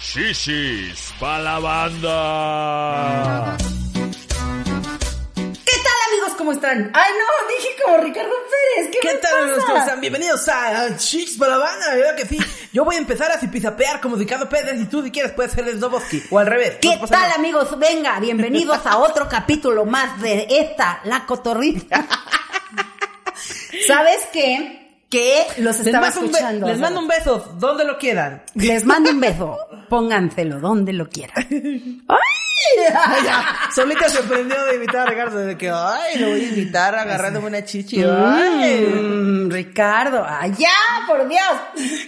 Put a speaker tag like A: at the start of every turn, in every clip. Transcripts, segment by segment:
A: Shishis pa' la banda.
B: ¿Qué tal amigos? ¿Cómo están? Ay no, dije como Ricardo Pérez. ¿Qué,
C: ¿Qué
B: me
C: tal amigos?
B: pasa?
C: ¿Cómo están? Bienvenidos a Chicks para la banda, ¿verdad que sí? Yo voy a empezar a zipizapear como Ricardo Pérez y tú si quieres puedes ser el Doboski o al revés.
B: ¿Qué
C: No pasa
B: tal
C: nada.
B: amigos? Venga, bienvenidos a otro capítulo más de esta, la cotorrita. ¿Sabes qué? Que los
C: Les
B: estaba
C: mando, un be-
B: escuchando.
C: les mando un beso, ¿dónde lo quieran?
B: Les mando un beso. Pónganselo donde lo quieran. ¡Ay!
C: Solita se prendió de invitar a Ricardo, de que, ay, lo voy a invitar agarrándome una chichi, ay.
B: Mm, Ricardo, allá, por Dios.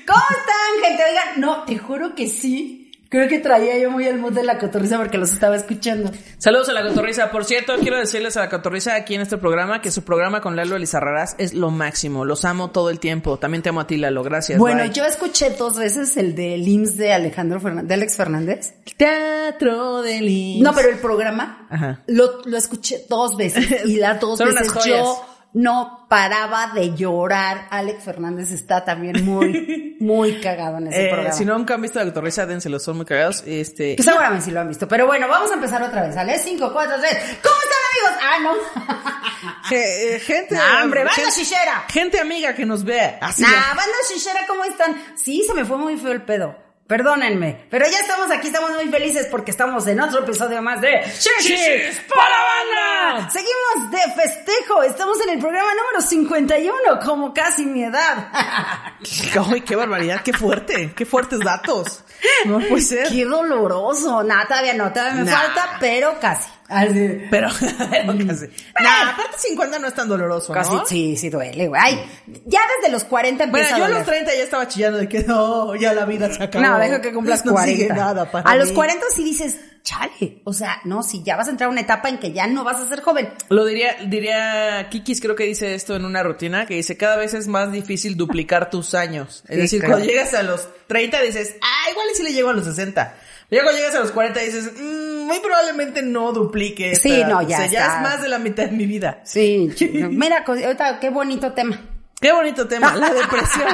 B: ¿Cómo están, gente? Oigan, no, te juro que sí. Creo que traía yo muy el mood de la cotorriza porque los estaba escuchando.
D: Saludos a la Cotorrisa. Por cierto, quiero decirles a la Cotorrisa aquí en este programa que su programa con Lalo Elizarrarás es lo máximo. Los amo todo el tiempo. También te amo a ti, Lalo. Gracias.
B: Bueno,
D: Bye.
B: yo escuché dos veces el del IMSS de Alejandro Fernández, de Alex Fernández.
D: Teatro de Liz.
B: No, pero el programa
D: Ajá.
B: Lo, lo escuché dos veces y las dos
D: Son
B: veces
D: unas joyas.
B: yo no paraba de llorar. Alex Fernández está también muy, muy cagado en ese
D: Eh,
B: programa.
D: si no nunca han visto a la Cotorrisa, dénselo. Son muy cagados. Este...
B: Que seguramente sí lo han visto. Pero bueno, vamos a empezar otra vez. ¿Sale? 5, 4, 3. ¿Cómo están, amigos? Ah,
D: Je- eh, gente...
B: no. ¡Hambre! ¡Banda
D: gente,
B: chichera!
D: gente amiga que nos ve. Así
B: Nah, banda chichera, ¿cómo están? Sí, se me fue muy feo el pedo. Perdónenme. Pero ya estamos aquí, estamos muy felices porque estamos en otro episodio más de
D: ¡Chichis para la banda!
B: Seguimos de festejo. Estamos en el programa número 51, como casi mi edad.
D: Ay, qué barbaridad. Qué fuerte. Qué fuertes datos. No puede ser.
B: Qué doloroso. Nada, todavía no, todavía me
D: Nah.
B: falta, pero casi. Así.
D: Pero, pero casi. Nah, aparte 50 no es tan doloroso,
B: Mm. Casi,
D: ¿no?
B: sí, sí duele, güey. Ay, ya desde los 40
D: Bueno,
B: empieza
D: yo a
B: a
D: los
B: doler.
D: 30 ya estaba chillando de que no, ya la vida se acabó.
B: No, deja que cumplas
D: No
B: 40.
D: sigue nada para
B: a los
D: mí.
B: 40 sí dices, chale, o sea, no, si ya vas a entrar a una etapa en que ya no vas a ser joven.
D: Lo diría, diría Kikis, creo que dice esto en una rutina, que dice, cada vez es más difícil duplicar tus años. Es
B: Sí,
D: decir,
B: claro.
D: cuando llegas a los 30 dices, ah, igual y si le llego a los 60. Luego cuando llegas a los 40 dices, "Mm, muy probablemente no duplique. esta-
B: Sí, no, ya
D: O sea, ya
B: está.
D: es más de la mitad de mi vida.
B: Sí, mira, co- ahorita qué bonito tema.
D: Qué bonito tema, la depresión.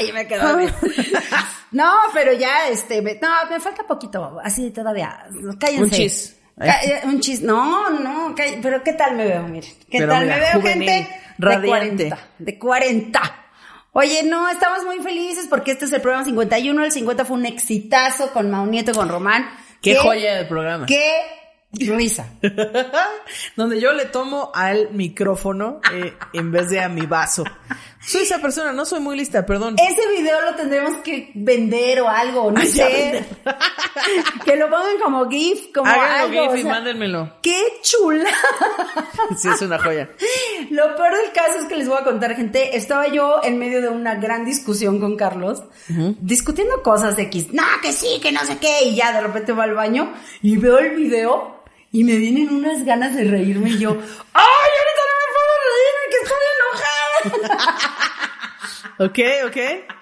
B: Ahí me quedó bien. No, pero ya, este, me- no, me falta poquito, así todavía. Cállense.
D: Un chis.
B: Ca- eh, Un chis, no, no, ca- pero ¿qué tal me veo? Miren, ¿qué
D: Pero
B: tal
D: mira,
B: me veo,
D: juvenil,
B: gente?
D: radiante.
B: De 40, de 40. Oye, no, estamos muy felices porque este es el programa 51. El 50 fue un exitazo con Mau Nieto y con Román.
D: Qué joya del programa.
B: Qué risa.
D: donde yo le tomo al micrófono eh, en vez de a mi vaso. Soy esa persona, no soy muy lista, perdón.
B: Ese video lo tendremos que vender o algo, no
D: Ay, Ah, ya
B: sé.
D: vender.
B: que lo pongan como GIF, como
D: Háganlo
B: algo.
D: GIF
B: o
D: y
B: sea,
D: mándenmelo.
B: ¡Qué chula!
D: Sí, es una joya.
B: Lo peor del caso es que les voy a contar, gente. Estaba yo en medio de una gran discusión con Carlos, discutiendo cosas de X. No, que sí, que no sé qué. Y ya de repente va al baño y veo el video y me vienen unas ganas de reírme. Y yo, ¡ay, ahorita no me puedo reír porque estoy enojada!
D: Ok, ok.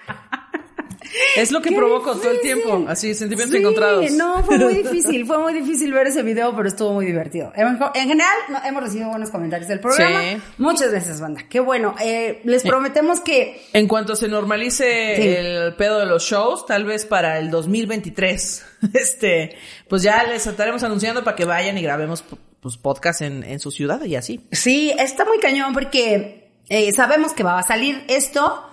D: Es lo que
B: Qué
D: provoco todo el
B: difícil.
D: tiempo, así, sentimientos
B: Sí,
D: encontrados.
B: No, fue muy difícil, fue muy difícil ver ese video, pero estuvo muy divertido. En, en general, no, hemos recibido buenos comentarios del programa.
D: Sí.
B: Muchas gracias, banda. Qué bueno. Eh, les prometemos que
D: En cuanto se normalice
B: Sí.
D: el pedo de los shows, tal vez para el 2023, este, pues ya les estaremos anunciando para que vayan y grabemos pues, podcast en, en su ciudad y así.
B: Sí, está muy cañón porque eh, sabemos que va a salir esto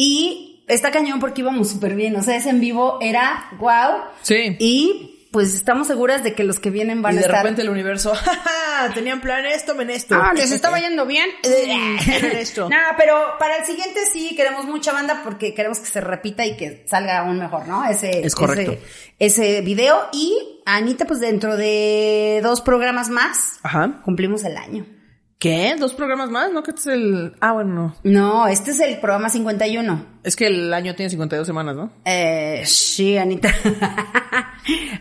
B: y está cañón porque íbamos súper bien. O sea, ese en vivo era wow.
D: Sí.
B: Y pues estamos seguras de que los que vienen van
D: y
B: a
D: de
B: estar.
D: repente el universo, "Ja, ja, tenían plan esto, men esto.
B: Ah, les estaba yendo bien.
D: Esto.
B: Nada, Eh. pero para el siguiente sí queremos mucha banda porque queremos que se repita y que salga aún mejor, ¿no? Ese,
D: Es correcto.
B: ese, ese video. Y Anita, pues dentro de dos programas más,
D: Ajá.
B: cumplimos el año.
D: ¿Qué? ¿Dos programas más? ¿No que este es el...? Ah, bueno, no.
B: No, este es el programa 51.
D: Es que el año tiene 52 semanas, ¿no?
B: Eh, sí, Anita.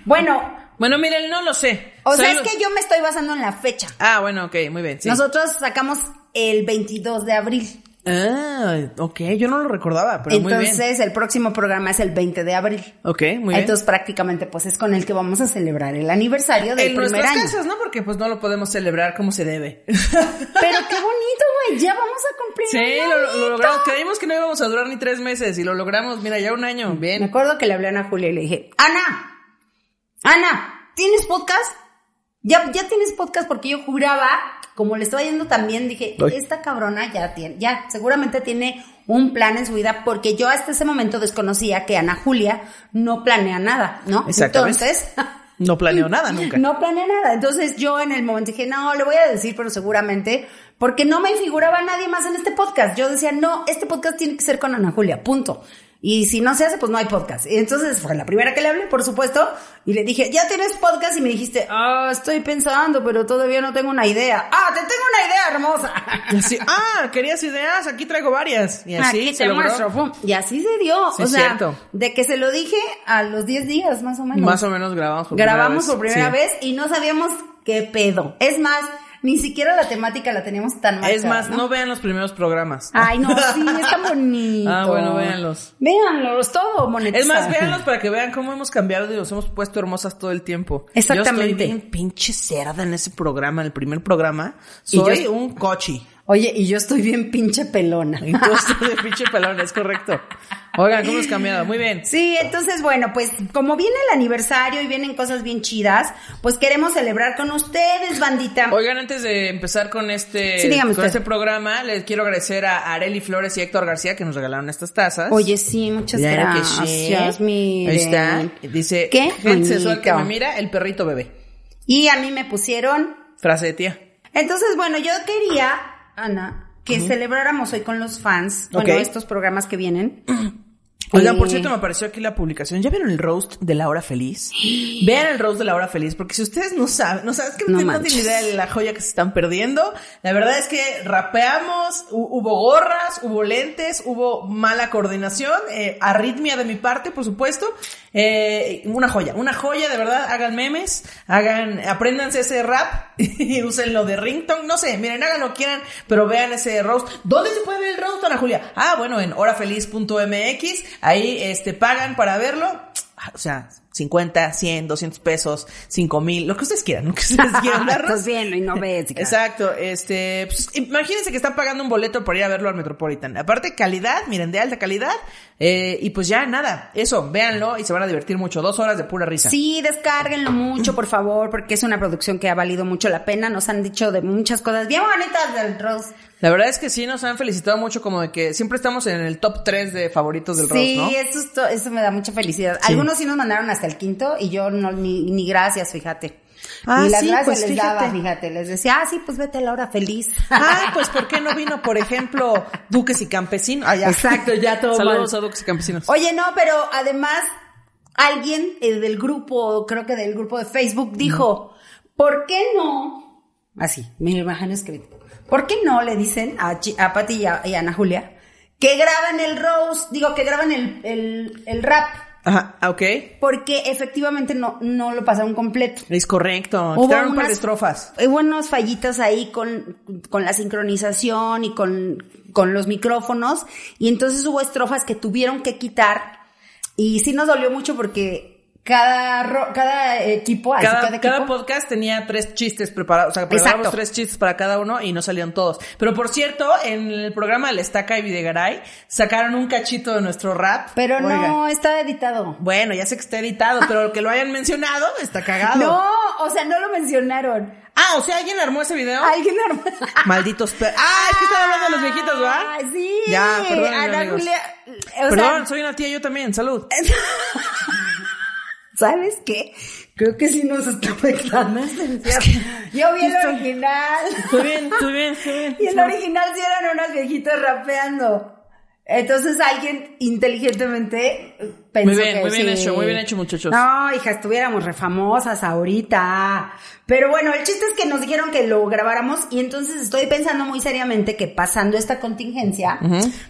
B: bueno,
D: Bueno, miren, no lo sé.
B: o sea,
D: Soy-
B: es que yo me estoy basando en la fecha.
D: Ah, bueno, ok, muy bien. Sí.
B: Nosotros sacamos el 22 de abril.
D: Ah, ok, yo no lo recordaba, pero muy bien.
B: Entonces, el próximo programa es el 20 de abril.
D: Ok, muy bien.
B: Entonces, prácticamente, pues es con el que vamos a celebrar el aniversario del
D: en
B: primer
D: nuestras
B: año.
D: casas, ¿no? Porque pues no lo podemos celebrar como se debe.
B: Pero qué bonito, güey. Ya vamos a cumplir.
D: sí,
B: un
D: lo, lo
B: añito.
D: logramos. Creímos que no íbamos a durar ni tres meses y lo logramos. Mira, ya un año.
B: Me
D: Bien.
B: acuerdo que le hablé a Ana Julia y le dije, Ana, Ana, ¿tienes podcast? Ya, ya tienes podcast porque yo juraba, como le estaba yendo también, dije,
A: Ay.
B: esta cabrona ya tiene, ya seguramente tiene un plan en su vida porque yo hasta ese momento desconocía que Ana Julia no planea nada, ¿no?
D: Exactamente.
B: Entonces,
D: No planeó nada nunca.
B: no planeé nada. Entonces yo en el momento dije, no, le voy a decir, pero seguramente, porque no me figuraba nadie más en este podcast. Yo decía, no, este podcast tiene que ser con Ana Julia, punto. Y si no se hace, pues no hay podcast. Y entonces fue la primera que le hablé, por supuesto, y le dije, ya tienes podcast y me dijiste, ah, estoy pensando, pero todavía no tengo una idea. Ah, te tengo una idea hermosa.
D: Y así, ah, querías ideas, aquí traigo varias. Y así
B: Aquí
D: se
B: te
D: logró.
B: muestro, pum. Y así se dio.
D: Sí,
B: o sea,
D: cierto.
B: de que se lo dije a los 10 días, más o menos.
D: Más o menos grabamos por
B: grabamos por
D: primera
B: primera
D: Sí.
B: vez y no sabíamos qué pedo. Es más, ni siquiera la temática la teníamos tan marcada.
D: Es más, no vean los primeros programas.
B: Ay, no, sí, es tan bonito.
D: Ah, bueno, véanlos.
B: Véanlos, todo monetizado.
D: Es más, véanlos para que vean cómo hemos cambiado y nos hemos puesto hermosas todo el tiempo. Yo
B: Exactamente.
D: estoy bien pinche cerda en ese programa, en el primer programa.
B: Y yo-
D: Soy un cochi.
B: Oye, y yo estoy bien pinche pelona.
D: Y tú estás de pinche pelón, es correcto. Oigan, ¿cómo hemos cambiado? Muy bien.
B: Sí, entonces, bueno, pues como viene el aniversario y vienen cosas bien chidas, pues queremos celebrar con ustedes, bandita.
D: Oigan, antes de empezar con este,
B: Sí, dígame
D: con
B: usted.
D: este programa, les quiero agradecer a Areli Flores y Héctor García que nos regalaron estas tazas.
B: Oye, sí, muchas
D: Claro que
B: gracias.
D: sí.
B: miren.
D: Ahí está. Dice,
B: Qué
D: gente sensual que me
B: bonito.
D: mira, el perrito bebé.
B: Y a mí me pusieron
D: Frase de tía.
B: Entonces, bueno, yo quería, Ana, que celebráramos hoy con los fans, bueno,
D: Ok.
B: estos programas que vienen.
D: Oigan, por
B: Eh,
D: cierto, me apareció aquí la publicación. ¿Ya vieron el roast de la hora feliz? Vean el roast de la hora feliz, porque si ustedes no saben, no sabes que
B: No
D: no, tienen- no
B: manches.
D: tienen idea de la joya que se están perdiendo. La verdad es que rapeamos, hu- hubo gorras, hubo lentes, hubo mala coordinación, eh, arritmia de mi parte, por supuesto. Eh, una joya, una joya, de verdad, hagan memes, hagan, apréndanse ese rap y úsenlo de ringtone, no sé, miren, hagan lo que quieran, pero vean ese roast. ¿Dónde se puede ver el roast, Ana Julia? Ah, bueno, en horafeliz.mx, ahí este pagan para verlo, Ah, o sea, 50, 100, 200 pesos, 5 mil, lo que ustedes quieran, lo que ustedes quieran darnos.
B: Estás viendo y Pues no ves. claro.
D: Exacto, este, pues, imagínense que están pagando un boleto para ir a verlo al Metropolitan. Aparte, calidad, miren, de alta calidad, eh, y pues ya, nada, eso, véanlo y se van a divertir mucho, dos horas de pura risa.
B: Sí, descárguenlo mucho, por favor, porque es una producción que ha valido mucho la pena. Nos han dicho de muchas cosas bien bonitas del Rose.
D: La verdad es que sí nos han felicitado mucho, como de que siempre estamos en el top 3 de favoritos del
B: sí,
D: Rose, ¿no?
B: eso, es to- eso me da mucha felicidad. Algunos sí nos mandaron hasta el quinto y yo no, ni, ni gracias, fíjate.
D: Ah,
B: ni las
D: sí,
B: gracias
D: pues,
B: les
D: fíjate.
B: daba, fíjate. Les decía, ah, sí, pues vete a la hora feliz.
D: Ah, pues ¿por qué no vino, por ejemplo, Duques y Campesinos? Ah, ya.
B: Exacto, ya todo
D: Saludos
B: mal.
D: a Duques y Campesinos.
B: Oye, no, pero además alguien eh, del grupo, creo que del grupo de Facebook, dijo, ¿por qué no? Así, mi imagen escrito. ¿Por qué no le dicen a, Chi- a Pati y a, y a Ana Julia que graban el Rose, digo, que graban el, el, el rap?
D: Ajá, ah, ok.
B: Porque efectivamente no, no lo pasaron completo.
D: Es correcto.
B: Hubo
D: Quitaron un par de
B: unas-
D: estrofas.
B: Hubo unas fallitas ahí con, con la sincronización y con, con los micrófonos. Y entonces hubo estrofas que tuvieron que quitar. Y sí nos dolió mucho porque cada, ro- cada equipo, así,
D: Cada,
B: cada
D: cada
B: equipo-
D: podcast tenía tres chistes preparados, o sea, preparamos
B: Exacto.
D: tres chistes para cada uno y no salieron todos. Pero por cierto, en el programa del Estaca y Videgaray sacaron un cachito de nuestro rap.
B: pero
D: Oigan.
B: no está editado.
D: Bueno, ya sé que está editado, pero que lo hayan mencionado está cagado.
B: No, o sea, no lo mencionaron.
D: Ah, o sea, alguien armó ese video.
B: Alguien armó.
D: Malditos per... Ah, es que están hablando de los viejitos,
B: Ah,
D: ¿verdad?
B: Sí.
D: Ya, perdón.
B: Ana Julia, o
D: Perdón,
B: sea,
D: soy una tía yo también. Salud.
B: ¿Sabes qué? Creo que sí nos está afectando. Yo vi el
D: Estoy-
B: original.
D: Estoy bien, estoy bien, estoy bien.
B: Y el original sí eran unas viejitas rapeando. Entonces alguien inteligentemente pensó
D: Muy bien,
B: que
D: muy bien
B: sí.
D: hecho, muy bien hecho, muchachos.
B: No, hija, estuviéramos refamosas ahorita. Pero bueno, el chiste es que nos dijeron que lo grabáramos y entonces estoy pensando muy seriamente que pasando esta contingencia,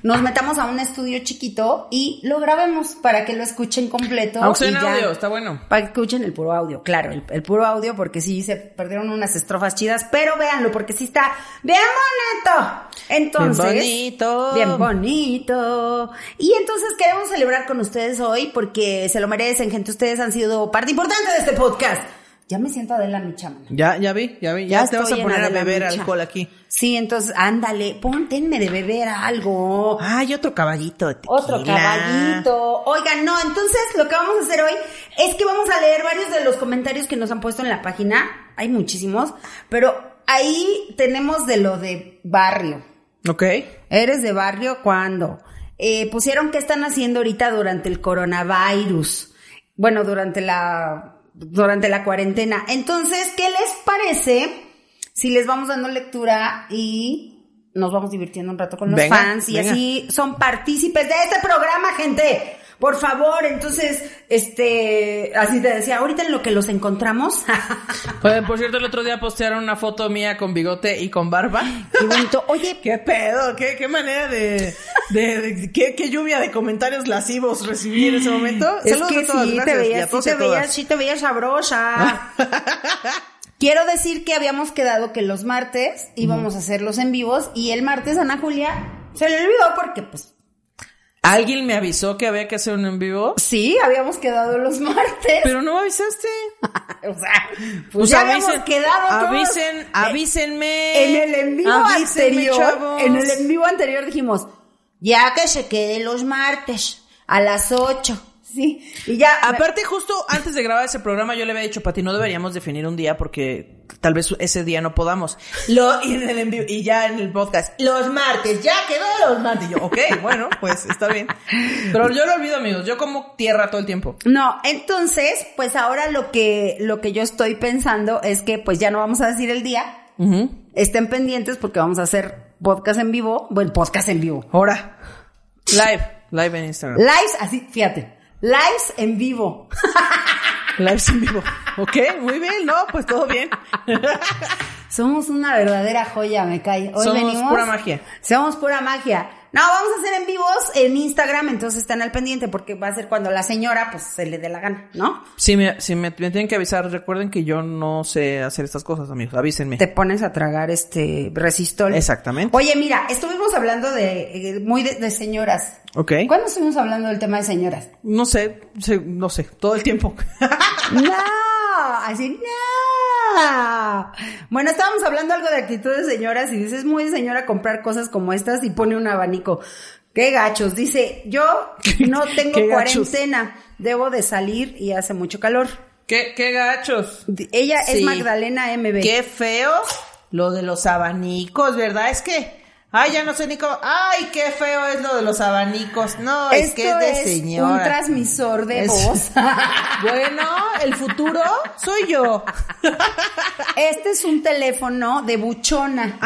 B: nos metamos a un estudio chiquito y lo grabemos para que lo escuchen completo.
D: Aunque sea
B: y
D: en
B: ya.
D: audio, está bueno.
B: Para que escuchen el puro audio, claro, el, el puro audio, porque sí se perdieron unas estrofas chidas, pero véanlo, porque sí está bien bonito. Entonces.
D: Bien bonito.
B: Bien bonito. Y entonces queremos celebrar con ustedes hoy, porque se lo merecen, gente. Ustedes han sido parte importante de este podcast. Ya me siento Adela mi chama.
D: Ya, ya vi, ya vi. Ya, te vas a
B: estoy en
D: poner a
B: Adela
D: beber
B: Micha.
D: alcohol aquí.
B: Sí, entonces ándale, póntenme de beber algo.
D: Ay, otro caballito. de tequila.
B: Otro caballito. Oigan, no, entonces lo que vamos a hacer hoy es que vamos a leer varios de los comentarios que nos han puesto en la página. Hay muchísimos, pero ahí tenemos de lo de barrio.
D: Ok.
B: ¿Eres de barrio cuándo? Eh, pusieron qué están haciendo ahorita durante el coronavirus. Bueno, durante la, durante la cuarentena. Entonces, ¿qué les parece si les vamos dando lectura y nos vamos divirtiendo un rato con los
D: Venga,
B: fans y
D: venga.
B: así son partícipes de este programa, gente? Por favor, entonces, este, así te decía, ahorita en lo que los encontramos,
D: Oye, por cierto, el otro día postearon una foto mía con bigote y con barba.
B: qué bonito. Oye,
D: ¿Qué pedo? ¿Qué, qué manera de... de, de- qué, qué lluvia de comentarios lascivos recibí en ese momento?
B: Es
D: Saludos
B: que
D: a todas,
B: sí, te
D: gracias, y a
B: veías, sí
D: todos y
B: te
D: a todas.
B: veías, sí te veías sabrosa. Quiero decir que habíamos quedado que los martes íbamos a hacer los en vivos y el martes Ana Julia se le olvidó porque pues
D: ¿Alguien me avisó que había que hacer un en vivo?
B: sí, habíamos quedado los martes.
D: Pero no me avisaste.
B: o sea, pues, ya habíamos quedado todos.
D: avisen, avísenme.
B: en el en vivo
D: Avísenme,
B: anterior,
D: chavos.
B: en el en vivo anterior dijimos, ya que se quede los martes a las 8. Sí, y ya
D: Aparte, justo antes de grabar ese programa, yo le había dicho, Pati, no deberíamos definir un día porque tal vez ese día no podamos. Lo, y, en el en vivo- y ya en el podcast, los martes, ya quedó los martes. Y yo, ok, bueno, pues está bien. Pero yo lo olvido, amigos, yo como tierra todo el tiempo.
B: No, entonces, pues ahora lo que, lo que yo estoy pensando es que pues ya no vamos a decir el día. Estén pendientes porque vamos a hacer podcast en vivo. Bueno, podcast en vivo.
D: Ahora, live, live en Instagram.
B: Lives, así, fíjate. Lives en vivo.
D: Lives en vivo. Ok, muy bien, no, pues todo bien.
B: Somos una verdadera joya, me cae. Hoy
D: Somos
B: venimos-
D: pura magia.
B: Somos pura magia. No, vamos a hacer en vivos en Instagram, entonces están al pendiente porque va a ser cuando la señora pues se le dé la gana, ¿no?
D: Si me, si me, me tienen que avisar, recuerden que yo no sé hacer estas cosas, amigos, avísenme.
B: te pones a tragar este resistol.
D: Exactamente.
B: Oye, mira, estuvimos hablando de eh, muy de, de señoras.
D: Ok.
B: ¿Cuándo estuvimos hablando del tema de señoras?
D: No sé, sé- no sé, todo el tiempo.
B: No, así no. Bueno, estábamos hablando algo de actitud de señoras y dices muy de señora comprar cosas como estas y pone un abanico. Qué gachos, dice, yo no tengo
D: Qué gachos.
B: cuarentena, debo de salir y hace mucho calor.
D: ¿Qué, qué gachos?
B: D- Ella es
D: Sí.
B: Magdalena MB.
D: Qué feo lo de los abanicos, ¿verdad? Es que, ay, ya no sé ni cómo. Ay, qué feo es lo de los abanicos. No, es que es
B: Esto
D: de
B: es
D: señora.
B: un transmisor de
D: Es-
B: voz.
D: Bueno, el futuro soy yo.
B: Este es un teléfono de buchona.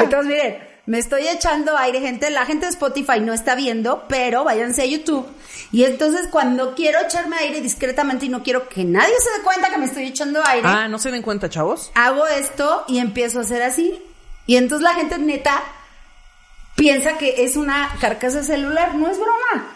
B: Entonces, miren, me estoy echando aire, gente. La gente de Spotify no está viendo, pero váyanse a YouTube. Y entonces, cuando quiero echarme aire discretamente y no quiero que nadie se dé cuenta que me estoy echando aire,
D: Ah, ¿no se den cuenta, chavos?
B: hago esto y empiezo a hacer así. Y entonces la gente neta piensa que es una carcasa celular, no es broma.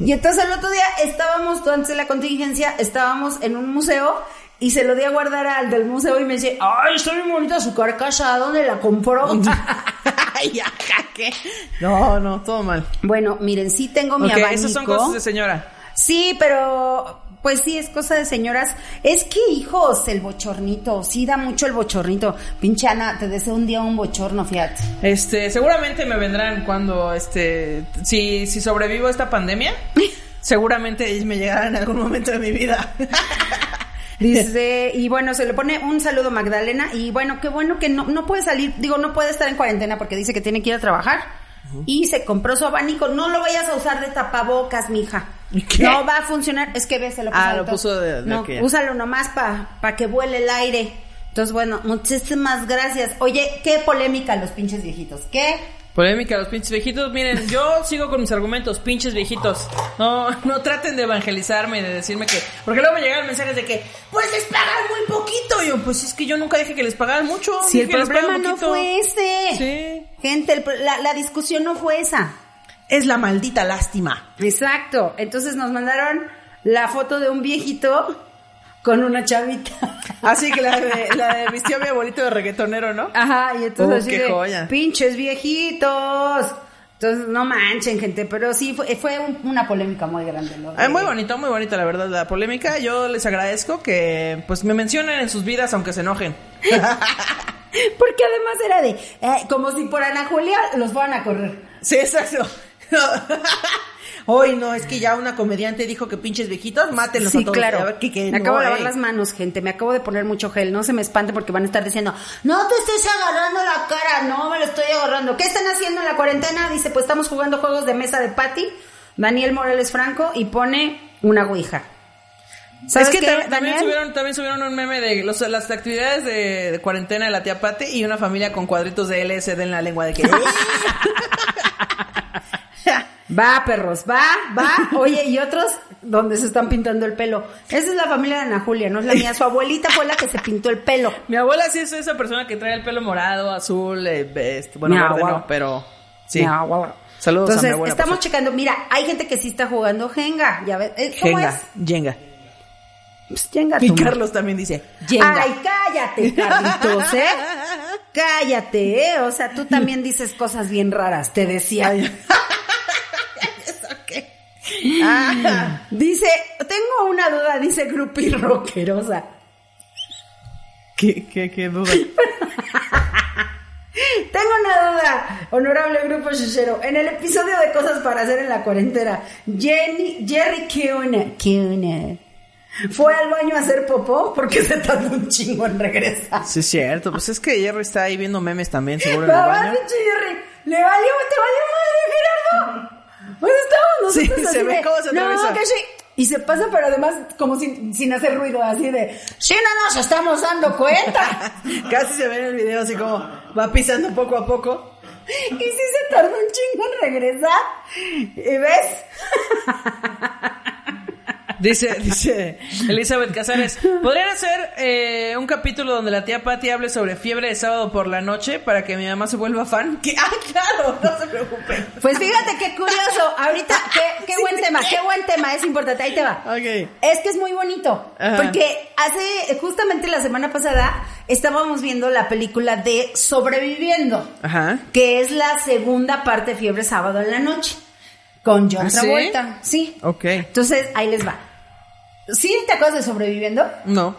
B: Y entonces el otro día estábamos, tú antes de la contingencia, estábamos en un museo y se lo di a guardar al del museo y me dice, ay, está bien bonita su carcasa, ¿dónde la compró?
D: ay, acá, ¿qué? No, no, todo mal.
B: bueno, miren, sí tengo mi
D: Ok,
B: abanico.
D: esas son cosas de señora.
B: Sí, pero pues sí, es cosa de señoras. Es que, hijos, el bochornito, sí da mucho el bochornito. Pinche Ana, te deseo un día un bochorno, fíjate.
D: Este, seguramente me vendrán cuando, este, si, si sobrevivo a esta pandemia, seguramente me llegarán en algún momento de mi vida.
B: Dice, y bueno, se le pone un saludo Magdalena, y bueno, qué bueno que no, no puede salir, digo, no puede estar en cuarentena porque dice que tiene que ir a trabajar. Y se compró su abanico. No lo vayas a usar de tapabocas, mija.
D: ¿Qué?
B: No va a funcionar. Es que ve, se lo puso
D: Ah,
B: al
D: lo
B: to-
D: puso de- de
B: No,
D: aquella.
B: úsalo nomás para que vuele el aire. Entonces, bueno, muchísimas gracias. Oye, qué polémica los pinches viejitos. ¿Qué?
D: Polémica, los pinches viejitos. Miren, yo sigo con mis argumentos, pinches viejitos. No, no traten de evangelizarme y de decirme que. Porque luego me llegan mensajes de que, pues les pagan muy poquito. Y yo, pues es que yo nunca dije que les pagaran mucho.
B: Si el
D: dije que les
B: problema
D: pagan
B: no
D: poquito".
B: fue ese.
D: Sí.
B: Gente, el pro- la- la discusión no fue esa.
D: Es la maldita lástima.
B: Exacto. Entonces nos mandaron la foto de un viejito con una chavita.
D: Así que la de, la de vistió mi
B: Ah.
D: abuelito de reggaetonero, ¿no?
B: Ajá, y entonces
D: Uh,
B: así
D: qué
B: de,
D: joya.
B: pinches viejitos. Entonces, no manchen, gente, pero sí, fue, fue un- una polémica muy grande. ¿no?
D: Ah, muy bonito, muy bonita la verdad la polémica. Yo les agradezco que pues me mencionen en sus vidas aunque se enojen.
B: Porque además era de, eh, como si por Ana Julia los fueran a correr.
D: Sí, exacto. Hoy no, es que ya una comediante dijo que pinches viejitos, mátenlos a
B: Sí,
D: todos.
B: claro.
D: A ver, que- que
B: me
D: no, eh.
B: acabo de lavar
D: ey.
B: las manos, gente. Me acabo de poner mucho gel. No se me espante porque van a estar diciendo, no te estés agarrando la cara. No me lo estoy agarrando. ¿Qué están haciendo en la cuarentena? Dice, pues estamos jugando juegos de mesa de Patty. Daniel Morales Franco y pone una ouija. ¿Sabes
D: es que
B: qué,
D: tam- también,
B: Daniel?
D: subieron, también subieron un meme de los- las actividades de, de cuarentena de la tía Pati y una familia con cuadritos de LSD en la lengua de que...
B: Va, perros, va, va. Oye, y otros donde se están pintando el pelo. Esa es la familia de Ana Julia, no es la mía. Su abuelita fue la que se pintó el pelo.
D: Mi abuela sí es esa persona que trae el pelo morado, azul, eh, este, bueno,
B: Mi
D: verde
B: abuela.
D: no, pero sí.
B: Ya, guau, guau.
D: Saludos
B: Entonces,
D: a mi abuela. por
B: estamos checando. Mira, hay gente que sí está jugando Jenga. Ya ves, eh,
D: cierto.
B: ¿cómo
D: Jenga,
B: es?
D: Jenga.
B: Pues, Jenga.
D: Y
B: tú.
D: Carlos también dice, Jenga.
B: Ay, cállate, Carlitos, ¿eh? Cállate, ¿eh? O sea, tú también dices cosas bien raras, te decía.
D: Ah.
B: Dice, tengo una duda, dice Grupi Roquerosa.
D: ¿Qué, qué, qué duda.
B: Tengo una duda, honorable grupo chichero. En el episodio de cosas para hacer en la cuarentena, Jenny, Jerry Kuna, Kuna, fue al baño a hacer popó porque se tardó un chingo en regresar.
D: Sí, es cierto. Pues es que Jerry está ahí viendo memes también, seguro en el
B: Mamá,
D: baño.
B: pinche Jerry, le valió, te valió madre, Gerardo. Pues estamos
D: Sí,
B: nosotros así
D: se ve
B: de,
D: cómo se atraviesa".
B: No, que sí. Y se pasa, pero además como sin, sin hacer ruido, así de, sí, no nos estamos dando cuenta.
D: Casi se ve en el video así como va pisando poco a poco.
B: Y sí se tardó un chingo en regresar. ¿Y ves?
D: Dice, dice Elizabeth Casares, ¿podrían hacer eh, un capítulo donde la tía Patti hable sobre fiebre de sábado por la noche para que mi mamá se vuelva fan? Que- Ah, claro, no se preocupen.
B: Pues fíjate qué curioso. Ahorita, qué, qué buen tema, qué buen tema, es importante. Ahí te va.
D: Ok.
B: Es que es muy bonito.
D: Ajá.
B: Porque hace, justamente la semana pasada, estábamos viendo la película de Sobreviviendo,
D: Ajá.
B: que es la segunda parte de Fiebre Sábado en la Noche, con John
D: ¿Ah, sí?
B: Travolta. Sí.
D: Ok.
B: Entonces, ahí les va. ¿Sí te acuerdas de Sobreviviendo?
D: No.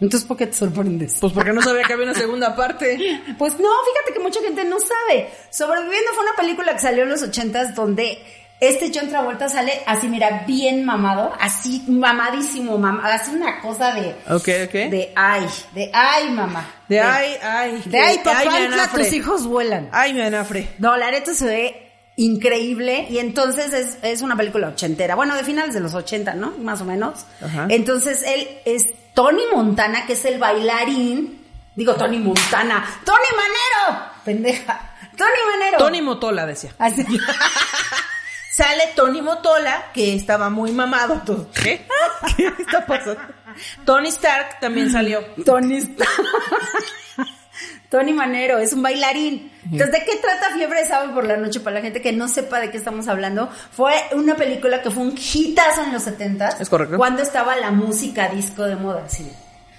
B: Entonces, ¿por qué te sorprendes?
D: Pues porque no sabía que había una segunda parte.
B: Pues no, fíjate que mucha gente no sabe. Sobreviviendo fue una película que salió en los ochentas donde este John Travolta sale así, mira, bien mamado, así mamadísimo, mamá, así una cosa de,
D: Ok, ok. De,
B: de ay, de ay, mamá.
D: ay, ay.
B: de ay, papá,
D: me
B: infla,
D: anafre.
B: tus hijos vuelan.
D: Ay, mi anafre.
B: No, la neta se ve increíble y entonces es, es una película ochentera, bueno, de finales de los ochenta, ¿no? Más o menos.
D: Ajá.
B: Entonces él es Tony Montana, que es el bailarín, digo Tony Montana, Tony Manero, pendeja, Tony Manero.
D: Tony Motola decía.
B: Así.
D: Sale Tony Motola, que estaba muy mamado. Entonces, ¿Qué? ¿Qué está pasando? Tony Stark también salió.
B: Tony está- Tony Manero es un bailarín. Entonces, ¿de qué trata Fiebre de Sábado por la Noche? Para la gente que no sepa de qué estamos hablando, fue una película que fue un hitazo en los 70
D: Es correcto.
B: Cuando estaba la música disco de moda, sí.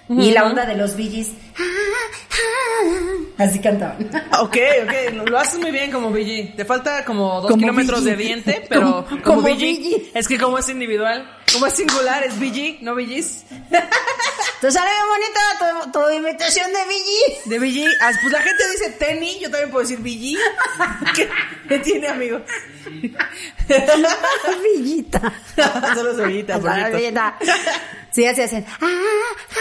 B: Y la onda de los Bee Gees. Ah, Así cantaban.
D: Ok, ok, lo, lo haces muy bien como BG. Te falta como dos
B: Como
D: kilómetros
B: BG.
D: de diente, pero
B: Como-
D: como,
B: como
D: BG.
B: BG.
D: Es que como es individual, como es singular, es BG, no BGs.
B: Entonces, sale bien bonita tu, tu imitación de Bee Gees.
D: De BG, ah, pues la gente dice tenis, yo también puedo decir BG. ¿Qué, qué tiene, amigo?
B: Villita.
D: Solo cebollita, por
B: Solo
D: cierto.
B: Villita. Sí, así hacen. Ah, ah.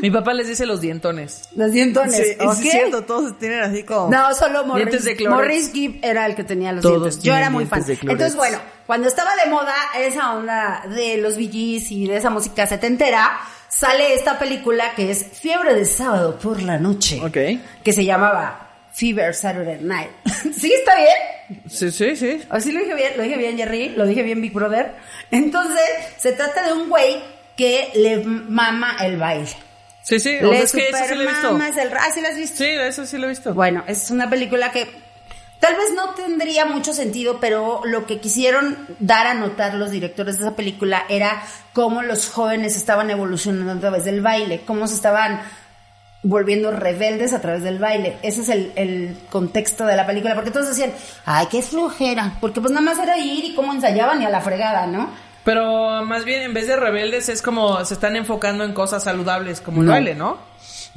D: Mi papá les dice los dientones.
B: Los dientones.
D: Sí,
B: ok.
D: es cierto, todos tienen así como...
B: No, solo
D: Dientes
B: Morris.
D: de Clorox.
B: Morris Gibb era el que tenía los
D: Todos
B: dientes. Yo
D: tienen
B: era muy fan.
D: dientes de Clorox.
B: Entonces, bueno, cuando estaba de moda esa onda de los VGs y de esa música setentera, sale esta película que es Fiebre de Sábado por la Noche.
D: Ok.
B: Que se llamaba Fever Saturday Night. ¿Sí está bien?
D: Sí, sí, sí.
B: Así lo dije bien, lo dije bien Jerry, lo dije bien Big Brother. Entonces, se trata de un güey que le mama el baile.
D: Sí, sí, o sea,
B: Le
D: es que eso sí lo he visto.
B: supermamas el... ra- Ah, ¿sí lo has visto?
D: Sí, eso sí lo he visto.
B: Bueno, es una película que tal vez no tendría mucho sentido, pero lo que quisieron dar a notar los directores de esa película era cómo los jóvenes estaban evolucionando a través del baile, cómo se estaban volviendo rebeldes a través del baile. Ese es el, el contexto de la película, porque todos decían, ay, qué flojera, porque pues nada más era ir y cómo ensayaban y a la fregada, ¿no?
D: Pero más bien, en vez de rebeldes, es como se están enfocando en cosas saludables, como el
B: No.
D: baile, ¿no?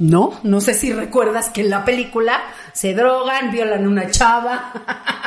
B: No, no sé si recuerdas que en la película se drogan, violan una chava.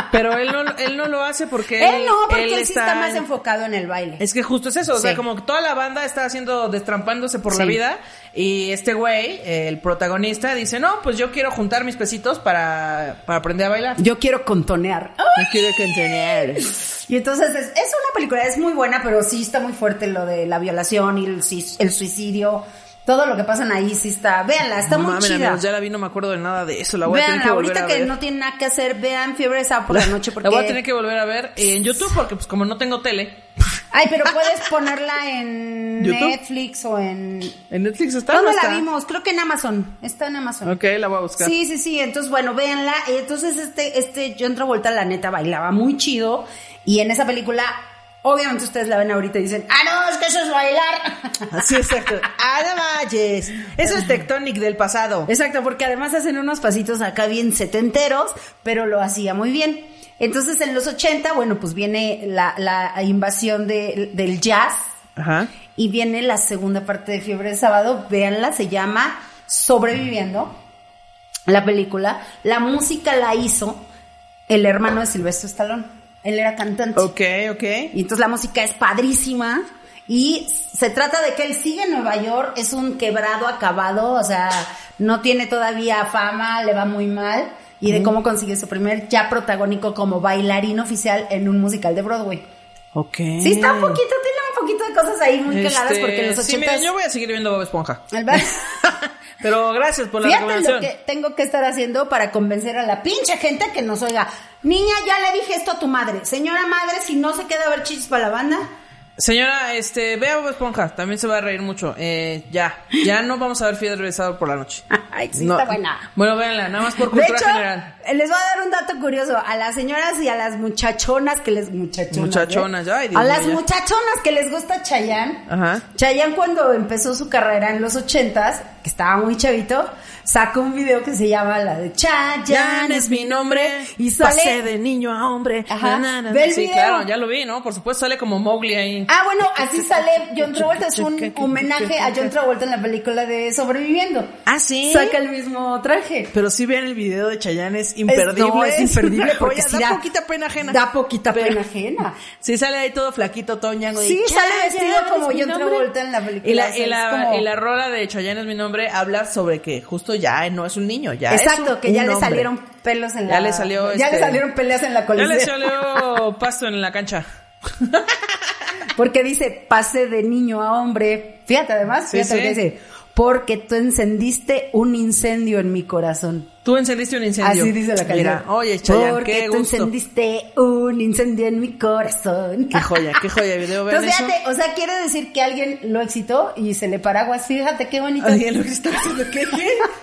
D: Pero él no, él no lo hace porque
B: Él no, porque él, sí está
D: en-
B: más enfocado en el baile.
D: Es que justo es eso, o
B: Sí.
D: sea, como que toda la banda está haciendo, destrampándose por la
B: Sí.
D: vida y este güey, el protagonista, dice, no, pues yo quiero juntar mis pesitos para, para aprender a bailar.
B: Yo quiero contonear.
D: No quiero contener.
B: Oh. Y entonces es, es una película, es muy buena, pero sí está muy fuerte lo de la violación y el, sui- el suicidio. Todo lo que pasan ahí sí está. Véanla, está muy
D: Mamen,
B: chida.
D: amigos, ya la vi, no me acuerdo de nada de eso, la voy a
B: Vean,
D: tener que volver
B: ahorita
D: a
B: que
D: ver.
B: no tienen nada que hacer, vean Fiebre de Sábado por la, noche porque...
D: La voy a tener que volver a ver en YouTube porque pues como no tengo tele.
B: Ay, pero puedes ponerla en
D: ¿YouTube?
B: Netflix o en...
D: En Netflix está.
B: ¿Dónde
D: no
B: la
D: está?
B: vimos? Creo que en Amazon. Está en Amazon.
D: Ok, la voy a buscar.
B: Sí, sí, sí. Entonces, bueno, véanla. Y Entonces, este, este John Travolta, la neta, bailaba muy chido. Y en esa película, obviamente ustedes la ven ahorita y dicen, ah, no, es que eso es bailar.
D: Así exacto. Ana Valles. Eso es Tectonic del pasado.
B: Exacto, porque además hacen unos pasitos acá bien setenteros, pero lo hacía muy bien. Entonces, en los 80, bueno, pues viene la, la invasión de- del jazz
D: Ajá.
B: y viene la segunda parte de Fiebre de Sábado. Véanla, se llama Sobreviviendo, la película. La música la hizo el hermano de Silvestre Stallone. Él era cantante.
D: Ok, ok.
B: Y entonces la música es padrísima. Y se trata de que él sigue en Nueva York, es un quebrado acabado, o sea, no tiene todavía fama, le va muy mal. Y de cómo consigue su primer ya protagónico como bailarín oficial en un musical de Broadway.
D: Ok.
B: Sí, está un poquito, tiene un poquito de cosas ahí muy cagadas
D: Eh. Este,
B: porque en los
D: Sí, mira,
B: ochentas...
D: yo voy a seguir viendo Bob Esponja.
B: el ba-
D: Pero gracias por la
B: Fíjate lo
D: recomendación.
B: que tengo que estar haciendo para convencer a la pinche gente que nos oiga. Niña, ya le dije esto a tu madre. Señora madre, si no se queda a ver chichis para la banda,
D: Señora, este, vea Bob Esponja, también se va a reír mucho. Eh, ya, ya no vamos a ver Fiebre del Sábado por la noche.
B: Ay, Ah, sí,
D: No.
B: está buena.
D: Bueno, véanla, nada más por
B: De
D: cultura
B: hecho,
D: general.
B: eh, les voy a dar un dato curioso. A las señoras y a las muchachonas que les... Muchachonas.
D: Muchachonas,
B: ¿eh?
D: ay, Dios
B: A
D: mío,
B: las
D: ya.
B: muchachonas que les gusta Chayanne.
D: Ajá.
B: Chayanne cuando empezó su carrera en los ochentas, que estaba muy chavito, sacó un video que se llama la de Chayanne es mi nombre y sale...
D: niño a hombre.
B: Ajá. Ve el
D: sí,
B: video.
D: claro, ya lo vi, ¿no? Por supuesto sale como Mowgli ahí.
B: Ah, bueno, así sale John Travolta, es un homenaje a John Travolta en la película de Sobreviviendo.
D: Ah, sí.
B: Saca el mismo traje.
D: Pero sí vean el video de Chayanne, es
B: Es- no, es imperdible porque sí
D: da poquita pena ajena.
B: Da poquita
D: Pero-
B: pena ajena.
D: Sí, sale ahí todo flaquito, Toñango.
B: Sí, sale vestido como
D: yo
B: John Travolta en la película,
D: Y la,
B: o sea,
D: y la-
B: es como-
D: y la rola de Chayanne es mi nombre habla sobre que justo ya no es un niño, ya es
B: Exacto,
D: un-
B: que ya
D: un
B: le
D: hombre.
B: salieron pelos en la...
D: Ya le salió,
B: ya le
D: este-
B: salieron peleas en la
D: Ya le
B: colisión.
D: salió pasto en la cancha.
B: Porque dice, pase de niño a hombre. Fíjate además,
D: Sí,
B: fíjate lo que
D: sí.
B: dice. Porque tú encendiste un incendio en mi corazón.
D: Tú encendiste un incendio.
B: Así dice la canción.
D: Mira, oye, Chayanne,
B: Porque
D: qué
B: tú
D: gusto.
B: encendiste un incendio en mi corazón.
D: Qué joya, qué joya de video, vean
B: Entonces,
D: eso.
B: fíjate, o sea, quiere decir que alguien lo excitó y se le paraguas. Fíjate qué bonito.
D: Oye, lo que está haciendo, ¿qué?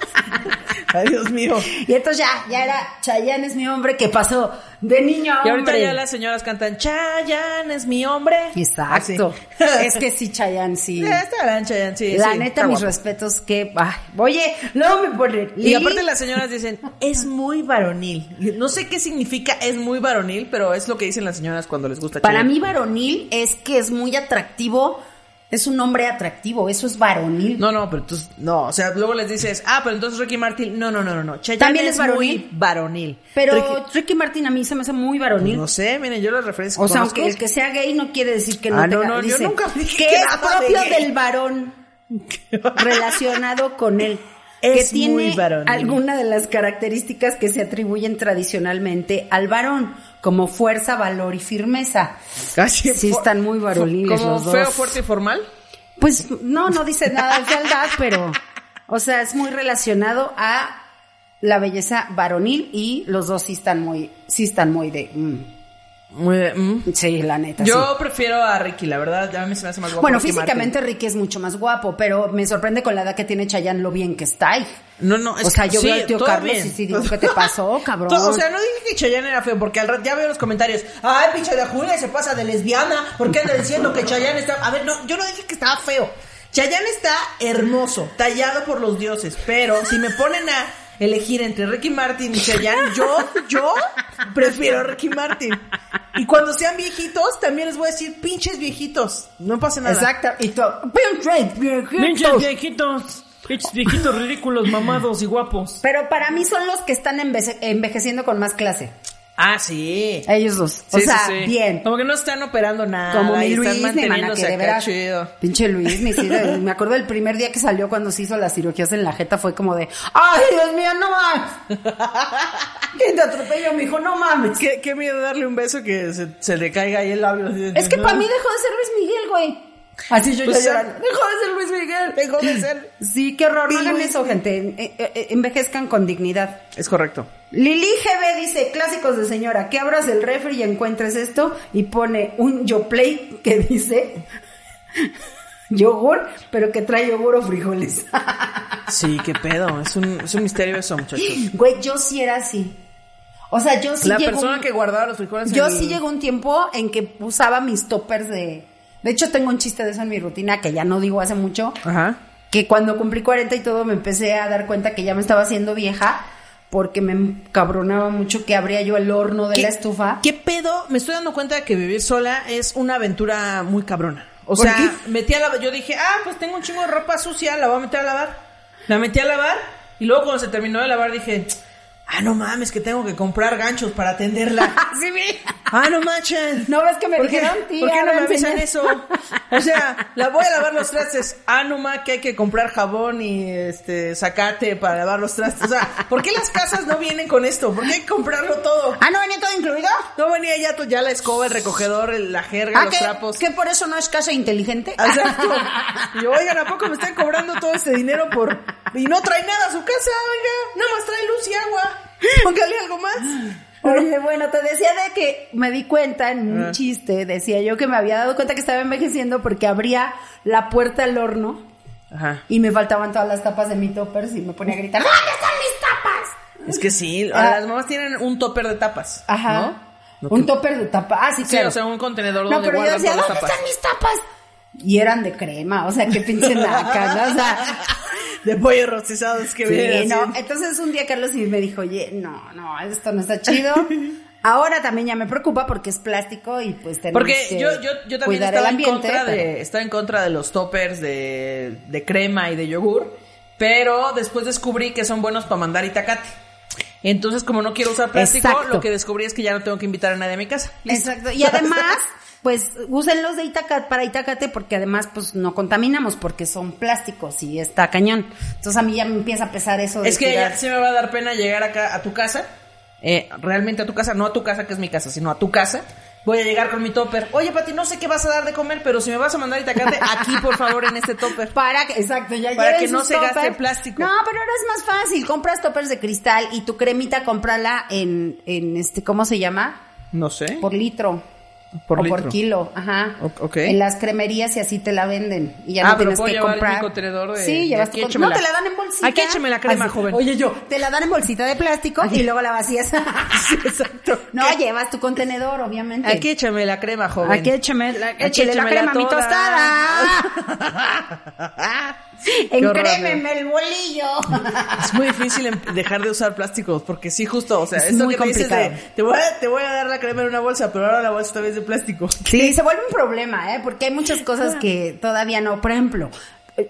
D: Ay, Dios mío.
B: Y entonces ya, ya era Chayanne es mi hombre que pasó de niño a hombre.
D: Y ahorita ya las señoras cantan, Chayanne es mi hombre. Ah,
B: Exacto.
D: Así.
B: es que sí, Chayanne, sí.
D: Ya está gran Chayanne, sí,
B: La
D: sí,
B: neta,
D: está
B: mis
D: guapo.
B: respetos, que... ay, oye, luego me ponen...
D: Y
B: Lili,
D: aparte las señoras dicen, es muy varonil. No sé qué significa es muy varonil, pero es lo que dicen las señoras cuando les gusta.
B: Para
D: Chayanne.
B: mí varonil es que es muy atractivo, es un hombre atractivo, eso es varonil.
D: No, no, pero tú, no, o sea, luego les dices, ah, pero entonces Ricky Martin, no, no, no, no, no. Chayanne
B: ¿También es
D: es muy
B: varonil?
D: varonil.
B: Pero
D: Ricky-
B: Ricky, Martin a mí se me hace muy varonil.
D: no sé, miren, yo las referencias
B: o sea,
D: conozco.
B: aunque el que sea gay no quiere decir que no
D: Ah, no,
B: tenga-
D: no, yo
B: dice,
D: nunca dije
B: que
D: que
B: es
D: nada de
B: propio
D: gay.
B: del varón relacionado con él.
D: Es
B: que tiene
D: muy varonil.
B: alguna de las características que se atribuyen tradicionalmente al varón, como fuerza, valor y firmeza.
D: Casi
B: Sí,
D: fu-
B: están muy varoniles
D: Como
B: los dos.
D: feo, fuerte y formal.
B: Pues no, no dice nada de fealdad, pero, o sea, es muy relacionado a la belleza varonil y los dos sí están muy, sí están muy de, mm,
D: Muy de, mm.
B: sí, la neta.
D: Yo
B: sí.
D: prefiero a Ricky, la verdad, a mí se me hace más guapo.
B: Bueno,
D: Ricky
B: físicamente Ricky es mucho más guapo, pero me sorprende con la edad que tiene Chayanne lo bien que está. ahí.
D: Martin. No, no, es
B: O sea,
D: que-
B: yo
D: sí,
B: veo al tío
D: todo
B: Carlos
D: bien.
B: y sí digo, ¿qué te pasó, cabrón?
D: To- O sea, no dije que Chayanne era feo, porque al rato ya veo los comentarios. Ay, pinche de Julia se pasa de lesbiana. ¿Por qué anda diciendo que Chayanne está.? A ver, no, yo no dije que estaba feo. Chayanne está hermoso, tallado por los dioses, pero si me ponen a elegir entre Ricky Martin y Chayanne, yo, yo prefiero a Ricky Martin. Y cuando sean viejitos, también les voy a decir pinches viejitos. No pasa nada.
B: Exacto. Y tú, "Pinches viejitos".
E: Pinches viejitos. Pinches viejitos ridículos, mamados y guapos.
B: Pero para mí son los que están enveje- envejeciendo con más clase.
D: Ah, sí.
B: Ellos dos. O
D: Sí, sí,
B: sea,
D: sí.
B: bien.
D: Como que no están operando nada.
B: Como mi
D: y
B: Luis,
D: están
B: mi mana, que
D: manteniéndose
B: de
D: acá
B: veras,
D: chido.
B: pinche Luis, me, hicieron- me acuerdo el primer día que salió cuando se hizo las cirugías en la jeta, fue como de, ¡ay, Dios mío, no mames! ¿Quién te atropelló, mijo? No mames.
D: Qué, qué miedo darle un beso que se, se le caiga ahí el labio. así de-
B: Es que para mí dejó de ser Luis Miguel, güey. Así yo
D: Pues
B: ya
D: ya-
B: llorando, Dejó de ser Luis Miguel.
D: Dejó de ser.
B: Sí, qué horror. No hagan
D: Luis
B: eso, gente. Eh, eh, eh, Envejezcan con dignidad.
D: Es correcto.
B: Lili GB dice, clásicos de señora, que abras el refri y encuentres esto y pone un YoPlay que dice yogur, pero que trae yogur o frijoles.
D: Sí, qué pedo. Es un, es un misterio eso, muchachos.
B: Güey, yo sí era así. O sea, yo sí
D: La
B: llegó
D: persona
B: un-
D: que guardaba los frijoles. en
B: Yo
D: el-
B: sí llegó un tiempo en que usaba mis toppers de... De hecho, tengo un chiste de eso en mi rutina que ya no digo hace mucho.
D: Ajá.
B: que cuando cumplí 40 y todo me empecé a dar cuenta que ya me estaba haciendo vieja porque me cabronaba mucho que abría yo el horno de la estufa.
D: ¿Qué pedo? Me estoy dando cuenta de que vivir sola es una aventura muy cabrona. O
B: ¿Por
D: sea,
B: qué?
D: metí a lavar. Yo dije, ah, pues tengo un chingo de ropa sucia, la voy a meter a lavar. La metí a lavar y luego cuando se terminó de lavar dije, ah, no mames, que tengo que comprar ganchos para tenderla.
B: Sí, vi.
D: ah, no manches.
B: No ves que me
D: ¿Por qué,
B: dijeron, tía,
D: ¿Por qué no
B: ahora
D: me avisan
B: enseñas".
D: eso? O sea, la voy a lavar los trastes. Ah, no ma, que hay que comprar jabón y este sacate para lavar los trastes. O sea, ¿por qué las casas no vienen con esto? ¿Por qué hay que comprarlo todo?
B: Ah, no venía todo incluido.
D: No venía ya, to- ya la escoba, el recogedor, el- la jerga,
B: Ah,
D: los trapos. Ah,
B: que, que por eso no es casa inteligente.
D: Exacto. Y yo, oigan, ¿a poco me están cobrando todo este dinero por...? Y no trae nada a su casa, oiga. Nada más trae luz y agua. Póngale algo más.
B: Oye, bueno, te decía de que me di cuenta en un chiste, decía yo que me había dado cuenta que estaba envejeciendo porque abría la puerta al horno
D: Ajá.
B: y me faltaban todas las tapas de mi toppers y me ponía a gritar, ¿dónde están mis tapas?
D: Es que sí,
B: Ah.
D: las mamás tienen un topper de tapas.
B: Ajá. Un topper de tapa. Ah, sí,
E: Sí,
B: claro.
E: o sea, un contenedor
B: No,
E: donde
B: pero yo
E: guardan
B: decía,
E: todas las
B: ¿dónde
E: tapas.
B: están mis tapas? Y eran de crema, o sea, qué pinche naca, ¿no? O sea,
D: De pollo rostizado, es que vienen
B: sí,
D: así.
B: no. Entonces un día Carlos y me dijo, oye, no, no, esto no está chido. Ahora también ya me preocupa porque es plástico y pues tenemos
D: Porque
B: que
D: yo, yo, yo también
B: cuidar
D: estaba
B: el ambiente.
D: en contra de,
B: pero-
D: estaba en contra de los toppers de, de crema y de yogur, pero después descubrí que son buenos para mandar itacate. Entonces, como no quiero usar plástico,
B: Exacto.
D: lo que descubrí es que ya no tengo que invitar a nadie a mi casa. Listo.
B: Exacto. Y además, pues úsenlos de Itacate para Itacate porque además pues no contaminamos porque son plásticos y está cañón. Entonces a mí ya me empieza a pesar eso de
D: Es que
B: tirar.
D: ya sí me va a dar pena llegar acá a tu casa, eh, realmente a tu casa, no a tu casa que es mi casa, sino a tu casa. Voy a llegar con mi topper. Oye, Pati, no sé qué vas a dar de comer, pero si me vas a mandar itacate, aquí, por favor, en este topper.
B: Para que, exacto, ya
D: Para
B: lleven
D: que no
B: sus
D: se gaste
B: toppers.
D: plástico.
B: No, pero ahora es más fácil. Compras toppers de cristal y tu cremita cómprala en, en este, ¿cómo se llama?
D: No sé.
B: Por litro.
D: Por
B: o por
D: litro.
B: kilo, ajá.
D: O- ok.
B: En las cremerías y así te la venden. Y ya
D: Ah,
B: no
D: pero
B: tienes
D: puedo
B: que
D: llevar
B: comprar.
D: mi contenedor de-
B: sí,
D: de
B: llevas
D: aquí,
B: tu con- No,
D: échemela.
B: te la dan en bolsita.
D: Aquí écheme la crema, joven.
B: Oye, yo. Te la dan en bolsita de plástico y luego la vacías.
D: exacto.
B: No, llevas tu contenedor, obviamente.
D: Aquí échame la crema, joven.
B: Aquí écheme la,
D: Aquí
B: échele la
D: échemela
B: crema a mi
D: toda.
B: tostada.
D: horror,
B: Ah, Encrémeme el bolillo.
D: Es muy difícil em- dejar de usar plásticos, porque sí, justo, o sea,
B: Es
D: es esto
B: muy
D: que me dices de,
B: complicado.
D: te voy, a, te voy a dar la crema en una bolsa, pero ahora la bolsa también es de plástico.
B: Sí, se vuelve un problema, ¿eh? Porque hay muchas cosas que todavía no. Por ejemplo,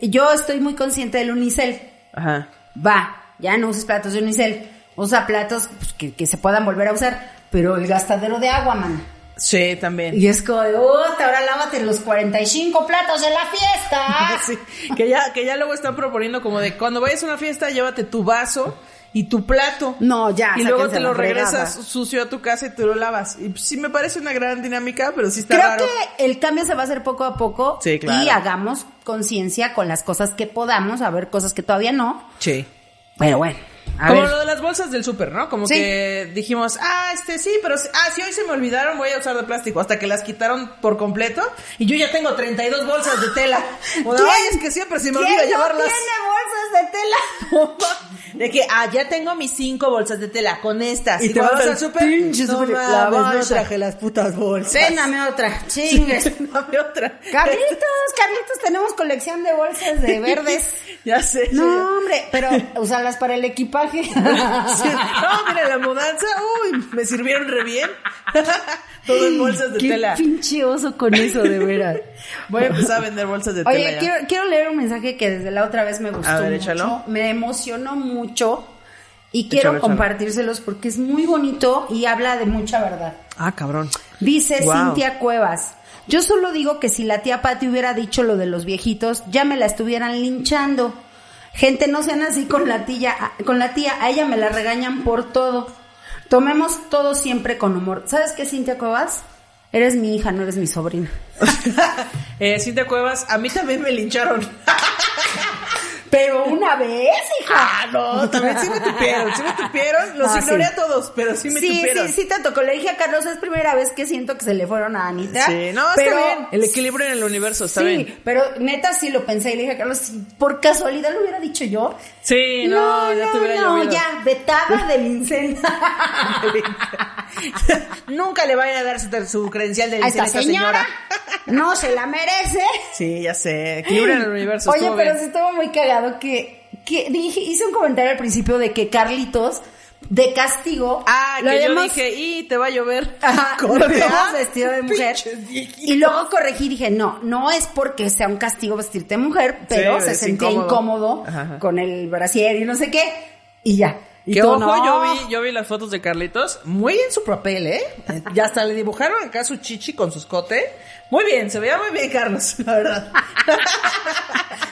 B: yo estoy muy consciente del unicel.
D: Ajá.
B: Va, ya no uses platos de unicel. Usa platos pues, que, que se puedan volver a usar. Pero el gastadero de agua, man.
D: Sí, también.
B: Y es como, de, "Uta, ahora lávate los 45 platos de la fiesta.
D: Sí, que ya, que ya luego están proponiendo como de, cuando vayas a una fiesta, llévate tu vaso y tu plato.
B: No, ah, ya.
D: y luego
B: sáquense
D: te lo
B: la fregada.
D: regresas sucio a tu casa y te lo lavas. Y pues, sí me parece una gran dinámica, pero sí está
B: Creo
D: raro.
B: que el cambio se va a hacer poco a poco
D: Sí, claro.
B: y hagamos conciencia con las cosas que podamos, a ver cosas que todavía no,
D: Sí.
B: pero bueno, a
D: como
B: ver.
D: lo de las bolsas del súper, ¿no? Como
B: Sí.
D: que dijimos, ah, este sí, pero si- ah, si hoy se me olvidaron, voy a usar de plástico. Hasta que las quitaron por completo y yo ya tengo 32 bolsas de tela. O de,
B: ¿Quién-
D: Ay, es que siempre se me
B: ¿Quién
D: olvida
B: no
D: llevarlas.
B: tiene bolsas
D: de tela. de que, ah, ya tengo mis cinco bolsas de tela con estas.
C: Y te
D: cuando
C: vas al
D: súper,
C: pinche
D: no
C: súper, La
D: mames,
C: vez
D: no
C: no traje las putas bolsas.
B: Céname otra, chingues.
D: Dame otra.
B: Carlitos, Carlitos, tenemos colección de bolsas de verdes.
D: Ya sé.
B: No, hombre, pero usarlas para el equipaje.
D: Sí. No, mira, la mudanza, uy, me sirvieron re bien. Todo en bolsas de
B: Qué
D: tela.
B: pinche oso con eso, de veras.
D: Voy a empezar a vender bolsas de tela.
B: Oye,
D: ya.
B: quiero, quiero leer un mensaje que desde la otra vez me gustó
D: A ver,
B: mucho.
D: échalo.
B: Me emocionó mucho y quiero
D: Échalo, échalo.
B: compartírselos porque es muy bonito y habla de mucha verdad.
D: Ah, cabrón.
B: Dice
D: Wow.
B: Cintia Cuevas. Yo solo digo que si la tía Pati hubiera dicho lo de los viejitos, ya me la estuvieran linchando. Gente, no sean así con la tía, con la tía, a ella me la regañan por todo. Tomemos todo siempre con humor. ¿Sabes qué, Cintia Cuevas? Eres mi hija, no eres mi sobrina.
D: Eh, Cintia Cuevas, a mí también me lincharon.
B: Pero una vez, hija.
D: Ah, no, también sí me tupieron, sí me tupieron. Los
B: Ah,
D: ignoré
B: sí.
D: a todos, pero sí me
B: Sí,
D: tupieron.
B: sí, sí te tocó. Le dije a Carlos, es primera vez que siento que se le fueron a Anita.
D: Sí, no,
B: pero
D: está bien. El equilibrio en el universo, está
B: sí,
D: bien.
B: pero neta sí lo pensé y le dije a Carlos, si por casualidad lo hubiera dicho yo.
E: Sí, no, ya te hubiera
B: no,
E: llovido.
B: ya, vetada del incendio.
D: Nunca le vayan a dar su, su credencial de
B: a
D: licencia
B: esta
D: a esta señora.
B: señora no se la merece.
D: Sí, ya sé. Equilibrio en el universo.
B: Oye,
D: estuvo
B: pero
D: bien.
B: sí estuvo muy cagado que, que dije, hice un comentario al principio de que Carlitos, de castigo,
D: Ah,
B: lo
D: que yo
B: habíamos-
D: dije, y te va a llover.
B: Ajá,
D: Corte,
B: lo vemos
D: ah,
B: vestido de mujer.
D: pinches viejitos.
B: Y luego corregí y dije, no, no es porque sea un castigo vestirte de mujer, pero
D: Sí,
B: se
D: es
B: sentía incómodo,
D: incómodo. Ajá, ajá.
B: con el brasier y no sé qué. Y ya. Y
D: Que
B: todo,
D: ojo,
B: no.
D: yo vi, yo vi las fotos de Carlitos, muy en su papel, ¿eh? Ya hasta le dibujaron acá su chichi con su escote. Muy bien, se veía muy bien Carlos, la verdad.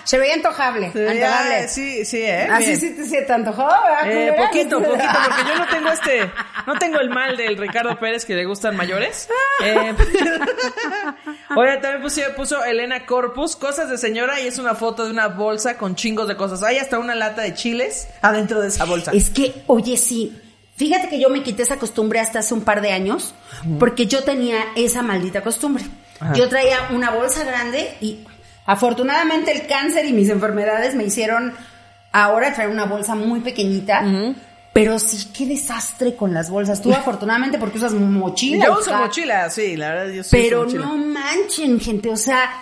B: Se veía antojable.
D: Se veía-
B: antojable.
D: sí, sí, ¿eh?
B: Así
D: Bien.
B: Ah, sí te, se te antojó, ¿verdad,
D: Eh,
B: culera?
D: poquito, poquito, porque yo no tengo este, no tengo el mal del Ricardo Pérez que le gustan mayores. Eh, oye, también puso, puso Elena Corpus, cosas de señora, y es una foto de una bolsa con chingos de cosas. Hay hasta una lata de chiles adentro de esa bolsa.
B: Es que, oye, sí. Fíjate que yo me quité esa costumbre hasta hace un par de años, porque yo tenía esa maldita costumbre. Yo traía una bolsa grande y afortunadamente el cáncer y mis enfermedades me hicieron ahora traer una bolsa muy pequeñita. Pero sí, qué desastre con las bolsas. Tú afortunadamente porque usas mochila.
D: Yo uso
B: hija.
D: mochila, sí, la verdad, yo sí uso
B: Pero
D: mochila.
B: no manchen, gente. O sea,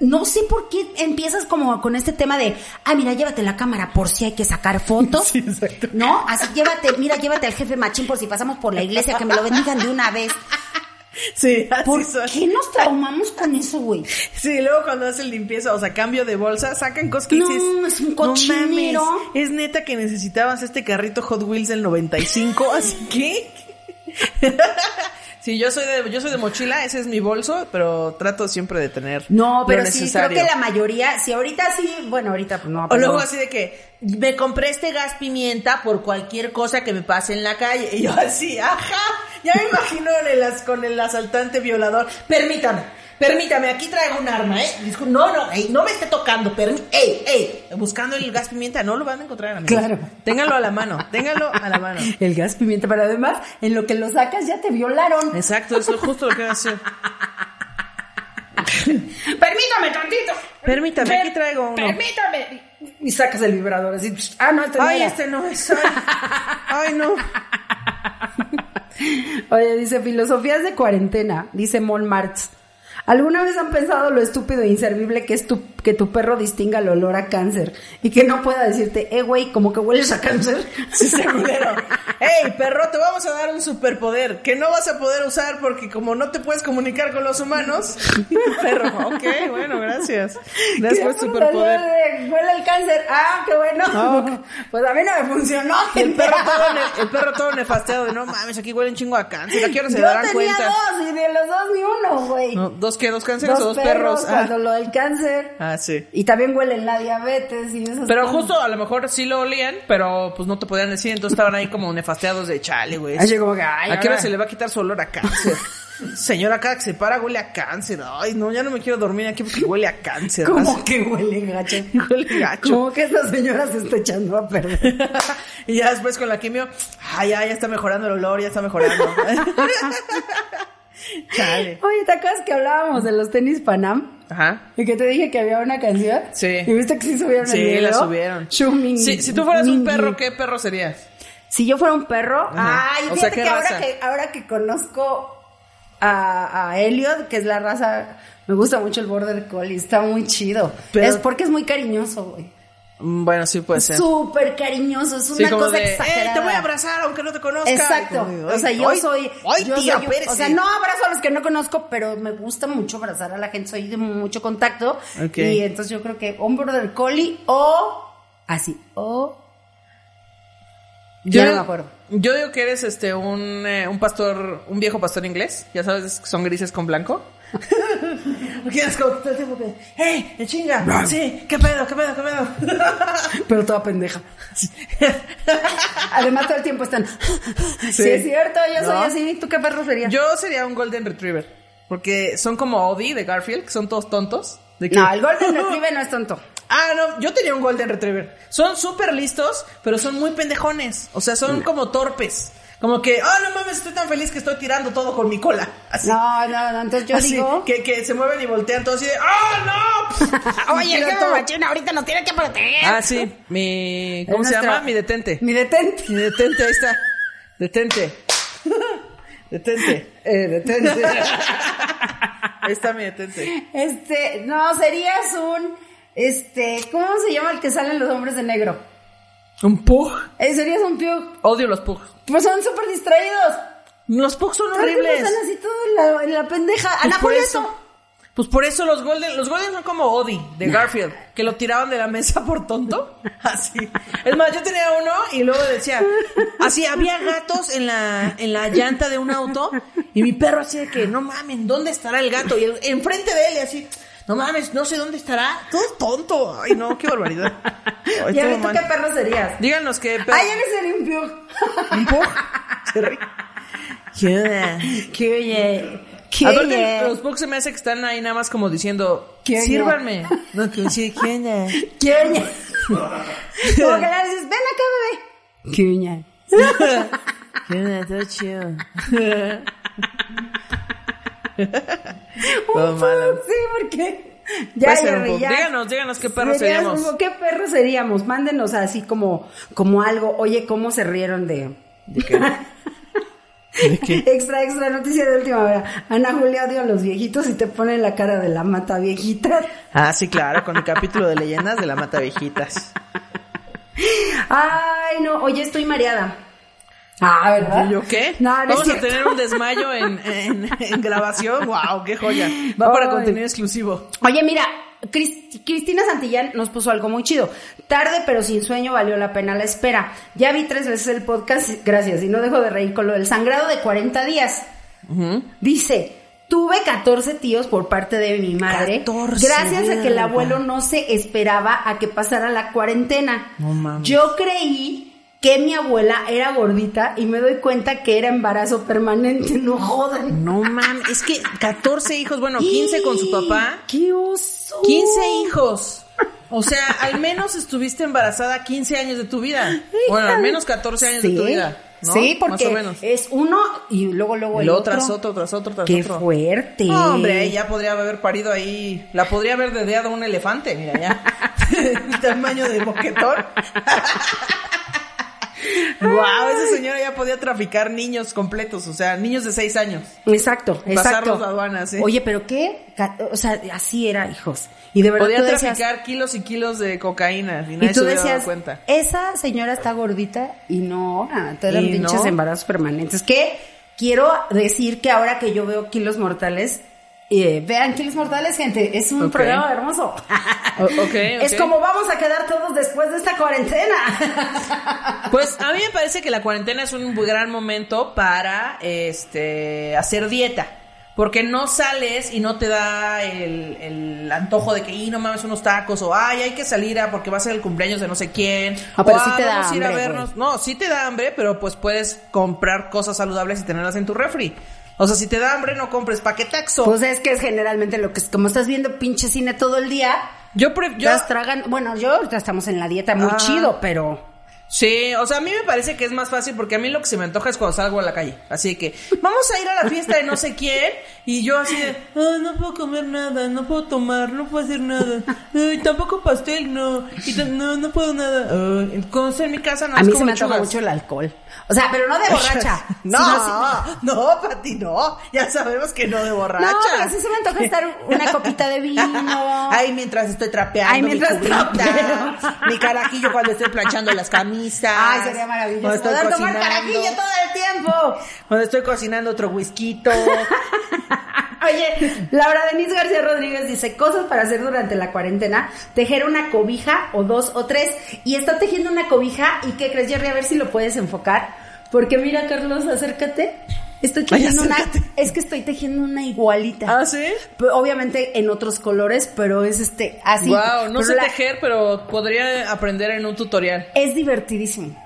B: no sé por qué empiezas como con este tema de, ah, mira, llévate la cámara por si hay que sacar fotos. ¿No? Así, llévate, mira, llévate al jefe machín por si pasamos por la iglesia, que me lo bendigan de una vez.
D: Sí, así
B: ¿Por
D: son.
B: qué nos traumamos con eso, güey?
D: Sí, luego cuando hacen limpieza, o sea, cambio de bolsa, sacan cosas que
B: No,
D: dices,
B: es un
D: "No mames,
B: cochinero".
D: es neta que necesitabas este carrito Hot Wheels del 95, así que... Sí, yo soy de yo soy de mochila, ese es mi bolso, pero trato siempre de tener
B: No,
D: lo
B: pero sí, creo
D: necesario.
B: que la mayoría, si ahorita sí, bueno, ahorita pues no.
D: O
B: pero-
D: luego así de que me compré este gas pimienta por cualquier cosa que me pase en la calle. Y yo así, ajá, ya me imagino en el as- con el asaltante violador. Permítame, permítame, aquí traigo un arma, ¿eh? Discul- no, no, ey, no me esté tocando, permí- ey, ey. Buscando el gas pimienta, no lo van a encontrar, amigos.
B: Claro.
D: Ténganlo a la mano, ténganlo a la mano.
B: El gas pimienta, pero además, en lo que lo sacas ya te violaron.
D: Exacto, eso es justo lo que va a hacer.
B: Permítame tantito.
D: Permítame, aquí traigo uno.
B: Permítame. Y sacas el vibrador así. Ah, no, este no
D: Ay,
B: era.
D: este no es. Ay, ay, no.
B: Oye, dice filosofías de cuarentena, dice Mon Martz. ¿Alguna vez han pensado lo estúpido e inservible que es tu, que tu perro distinga el olor a cáncer y que no pueda decirte, eh, güey, como que hueles a cáncer?
D: Sí, ese culero. Ey, perro, te vamos a dar un superpoder que no vas a poder usar porque como no te puedes comunicar con los humanos, perro. Ok, bueno, gracias. Gracias por el
B: Qué
D: superpoder.
B: brutalidad de, Huele el cáncer. Ah, qué bueno. Pues a mí no me funcionó.
D: El
B: gente.
D: perro, todo, ne- el perro todo nefasteado de no mames, aquí huele un chingo a cáncer, ¿a qué hora se
B: Yo
D: darán
B: tenía
D: cuenta?
B: dos y de los dos ni uno, güey.
D: No, ¿Dos qué? ¿Dos cánceres o dos perros? Ah,
B: Cuando lo del cáncer.
D: ah, sí.
B: Y también huelen la diabetes y esas
D: Pero
B: cosas.
D: justo a lo mejor sí lo olían, pero pues no te podían decir, entonces estaban ahí como nefasteados de chale, güey.
B: Así como que, ay,
D: ¿A qué hora
B: ahora-
D: se le va a quitar su olor a cáncer? Señora, acá que se para huele a cáncer. Ay, no, ya no me quiero dormir aquí porque huele a cáncer.
B: Como
D: Así-
B: que huele gacho.
D: Huele gacho.
B: Como que esta señora se está echando a perder.
D: y ya después con la quimio, ay, ya, ya está mejorando el olor, ya está mejorando. Chale.
B: Oye, ¿te acuerdas que hablábamos de los tenis Panam?
D: Ajá.
B: Y que te dije que había una canción.
D: Sí.
B: ¿Y viste que sí subieron
D: Sí,
B: el video?
D: la subieron.
B: Shuming-
D: Si, si tú fueras un
B: Mingy.
D: perro, ¿qué perro serías?
B: Si yo fuera un perro.
D: Ajá.
B: Ay,
D: O
B: fíjate
D: sea, ¿qué
B: que, ahora
D: raza?
B: que ahora que conozco a, a Elliot, que es la raza. Me gusta mucho el Border Collie, está muy chido.
D: Pero-
B: es porque es muy cariñoso, güey.
D: Mm, Bueno, sí puede ser.
B: Súper cariñoso, es
D: Sí,
B: una
D: como
B: cosa
D: de, "Eh,
B: exagerada.
D: te voy a abrazar aunque no te conozca.
B: Exacto.
D: Y como,
B: o sea, yo
D: "Ay,
B: soy.
D: Ay,
B: yo
D: tía,
B: soy un-
D: Pérez.
B: o sea, no abrazo a los que no conozco, pero me gusta mucho abrazar a la gente. Soy de mucho contacto.
D: Ok.
B: Y entonces yo creo que un border collie o así. O.
D: Yo,
B: ya no me acuerdo.
D: Yo digo que eres este un, eh, un pastor, un viejo pastor inglés. Ya sabes, que son grises con blanco. Porque eres como todo el tiempo que, ¡hey! ¡De chinga! Sí, qué pedo, qué pedo, qué pedo.
B: Pero toda pendeja. Además, todo el tiempo están. Sí, es cierto, yo soy
D: ¿No?
B: así. ¿Tú qué perro serías?
D: Yo sería un Golden Retriever. Porque son como Odie de Garfield, que son todos tontos. De que-
B: no, el Golden Retriever no es tonto.
D: Ah, no, yo tenía un Golden Retriever. Son súper listos, pero son muy pendejones. O sea, son como torpes. Como que, ah, no mames, estoy tan feliz que estoy tirando todo con mi cola. Así.
B: No, no, no. Entonces yo
D: Así,
B: digo.
D: Que, que se mueven y voltean todos y de, ¡ah, no!
B: Oye, el
D: Tira
B: jefe
D: todo.
B: machina ahorita nos tiene que proteger.
D: Ah, sí, mi... ¿Cómo
B: Es
D: se
B: nuestra-
D: llama? Mi detente.
B: Mi detente.
D: Mi detente, ahí está. Detente. Detente.
B: Eh, detente.
D: Ahí está mi detente.
B: Este, no, serías un, este, ¿cómo se llama el que salen los hombres de negro?
D: ¿Un pug?
B: Eh, serías un pug.
D: Odio los pugs.
B: Pues son súper distraídos.
D: Los pugs son
B: Todo el tiempo
D: horribles.
B: Están así todo en la, en Ah, la pendeja. Ana
D: Pues por
B: Julieta.
D: eso. Pues por eso los Golden, los Golden son como Odie de Garfield, que lo tiraban de la mesa por tonto. Así. Es más, yo tenía uno y luego decía, así había gatos en la, en la llanta de un auto y mi perro así de que, no mames, ¿dónde estará el gato? Y el- enfrente de él y así, no mames, no sé dónde estará. Todo tonto. Ay, no, qué barbaridad. Ay,
B: Y a
D: todo
B: ver, ¿tú
D: mal.
B: qué perro serías?
D: Díganos qué perro.
B: Ay, eres sería un pug.
D: ¿Un pug? Se ríe. ¿Qué onda?
B: Qué oye. Qué
D: Aparte,
B: oye.
D: los Pugs se me hace que están ahí nada más como diciendo,
B: ¿Qué oye?
D: sírvanme. No, que sí, ¿qué onda?
B: Qué oye. Como que le dices, ven acá, bebé. Qué oye.
D: ¿Qué onda? Todo chido. Todo
B: Un
D: malo.
B: pug, sí, porque... Ya,
D: Puede ser
B: ya,
D: un pug.
B: ya.
D: Díganos, díganos qué perros
B: Serías
D: seríamos.
B: como, ¿Qué perros seríamos? Mándenos así como, como algo. Oye, ¿cómo se rieron de...? Extra, extra, noticia de última hora. Ana Julia odia a los viejitos y te pone la cara de la mata viejita.
D: Ah, sí, claro, con el capítulo de leyendas de la mata viejitas.
B: Ay, no, oye, estoy mareada. Ah, ¿verdad?
D: ¿Y yo qué?
B: No, no es
D: Vamos a
B: cierto.
D: tener un desmayo en, en, en grabación. ¡Wow! ¡Qué joya! Va para
B: Ay.
D: contenido exclusivo.
B: Oye, mira, Cris- Cristina Santillán nos puso algo muy chido. Tarde pero sin sueño valió la pena la espera. Ya vi tres veces el podcast, gracias, y no dejo de reír con lo del sangrado de 40 días. Dice, tuve 14 tíos por parte de mi madre.
D: 14,
B: gracias a que el
D: verga.
B: abuelo no se esperaba a que pasara la cuarentena.
D: No mames.
B: Yo creí que mi abuela era gordita y me doy cuenta que era embarazo permanente. No jodan.
D: No mames, es que 14 hijos, bueno, 15 con su papá.
B: ¡Qué oso!
D: 15 hijos. O sea, al menos estuviste embarazada 15 años de tu vida. Bueno, al menos 14 años de tu vida. ¿no?
B: Sí, porque
D: Más o menos.
B: es uno y luego, luego el
D: Luego
B: otro.
D: tras otro, tras otro, tras
B: ¡Qué
D: otro.
B: fuerte!
D: No, hombre, ahí ya podría haber parido ahí. La podría haber dedeado un elefante, mira ya. El tamaño de boquetón. wow, esa señora ya podía traficar niños completos, o sea, niños de 6 años.
B: Exacto, exacto.
D: Pasarlos aduanas, ¿eh?
B: Oye, pero qué, Ca- o sea, así era, hijos. Y de verdad
D: Podía
B: tú decías,
D: traficar kilos y kilos de cocaína, y nadie
B: y tú
D: se hubiera dado
B: decías,
D: cuenta.
B: esa señora está gordita y no, ah, te eran
D: Y
B: pinches
D: no.
B: embarazos permanentes. Que quiero decir que ahora que yo veo Kilos Mortales, eh, vean Kilos Mortales, gente, es un
D: Ok.
B: programa hermoso.
D: O- ok,
B: Es
D: ok.
B: como vamos a quedar todos después de esta cuarentena.
D: Pues a mí me parece que la cuarentena es un gran momento para este hacer dieta. Porque no sales y no te da el, el antojo de que, y no mames, unos tacos, o ay, hay que salir a porque va a ser el cumpleaños de no sé quién.
B: Ah, pero
D: o,
B: sí te da
D: vamos a ir a
B: hambre,
D: vernos. No, sí te da hambre, pero pues puedes comprar cosas saludables y tenerlas en tu refri. O sea, si te da hambre, no compres paquetaxo.
B: Pues es que es generalmente lo que es, como estás viendo pinche cine todo el día,
D: yo, Ah. pre- yo
B: las tragan, bueno, yo ahorita estamos en la dieta muy
D: Ajá.
B: chido, pero
D: Sí, o sea, a mí me parece que es más fácil porque a mí lo que se me antoja es cuando salgo a la calle. Así que, vamos a ir a la fiesta de no sé quién y yo así de, "Ah, no puedo comer nada, no puedo tomar, no puedo hacer nada. Ay, tampoco pastel, no. Y ta- no, no puedo nada. Ay, cuando estoy en mi casa no
B: A
D: es
B: mí
D: como
B: se me antoja
D: lechugas.
B: mucho el alcohol. O sea, pero no de borracha.
D: No,
B: sino así-
D: no, Pati, no. Ya sabemos que no de borracha.
B: No, pero sí se me antoja estar una copita de vino.
D: Ay, mientras estoy trapeando.
B: Ay, mientras
D: mi, cubita,
B: trapeo.
D: mi carajillo cuando estoy planchando las camisas.
B: Ay, sería maravilloso.
D: Cuando estoy
B: Poder tomar
D: cocinando.
B: carajillo todo el tiempo.
D: Cuando estoy cocinando otro whisky.
B: Oye, Laura Denise García Rodríguez dice cosas para hacer durante la cuarentena, tejer una cobija o dos o tres. Y está tejiendo una cobija y qué crees, Jerry, a ver si lo puedes enfocar. Porque mira, Carlos, acércate. Estoy tejiendo una. Es que estoy tejiendo una igualita.
D: Ah, sí?
B: Pero Obviamente en otros colores, pero es este así.
D: wow, no
B: Pero
D: sé
B: la-
D: tejer, pero podría aprender en un tutorial.
B: Es divertidísimo.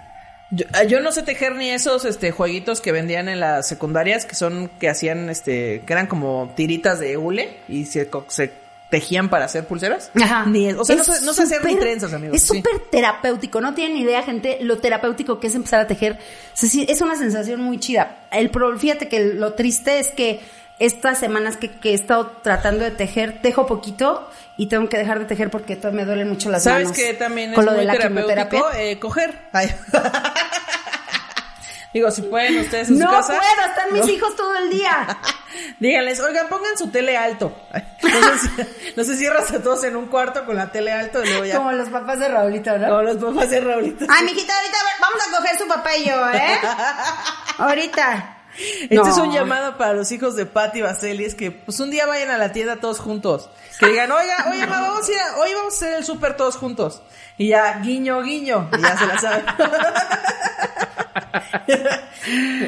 D: Yo, ah, yo no sé tejer ni esos este jueguitos que vendían en las secundarias, que son, que hacían, este, que eran como tiritas de hule y se, co- se tejían para hacer pulseras.
B: Ajá.
D: Ni es- o sea, no sé, no sé hacer ni
B: súper-
D: trenzas, amigos.
B: Es
D: sí.
B: súper terapéutico. No tienen idea, gente, lo terapéutico que es empezar a tejer. O sea, sí, es una sensación muy chida. El pro- fíjate que lo triste es que estas semanas que, que he estado tratando de tejer, tejo poquito y tengo que dejar de tejer porque to- me duelen mucho las
D: ¿Sabes
B: manos.
D: que también es
B: Con lo
D: muy
B: de la
D: terapéutico?
B: quimioterapia.
D: Eh, coger. Ay. Digo, si pueden ustedes en
B: No
D: su casa.
B: puedo, están mis
D: No.
B: hijos todo el día.
D: Díganles, oigan, pongan su tele alto. Entonces, no se cierras a todos en un cuarto con la tele alto y luego Pues ya.
B: Como los papás de Raulito, ¿no?
D: Como los papás de Raulito.
B: Ay, mijita, ahorita vamos a coger su papá y yo, ¿eh? ahorita.
D: Este
B: No.
D: es un llamado para los hijos de Patti Vaselis que pues un día vayan a la tienda todos juntos. Que digan, oiga, oye, ma, vamos a ir a- hoy vamos a hacer el súper todos juntos. Y ya, guiño, guiño. Y ya se la saben.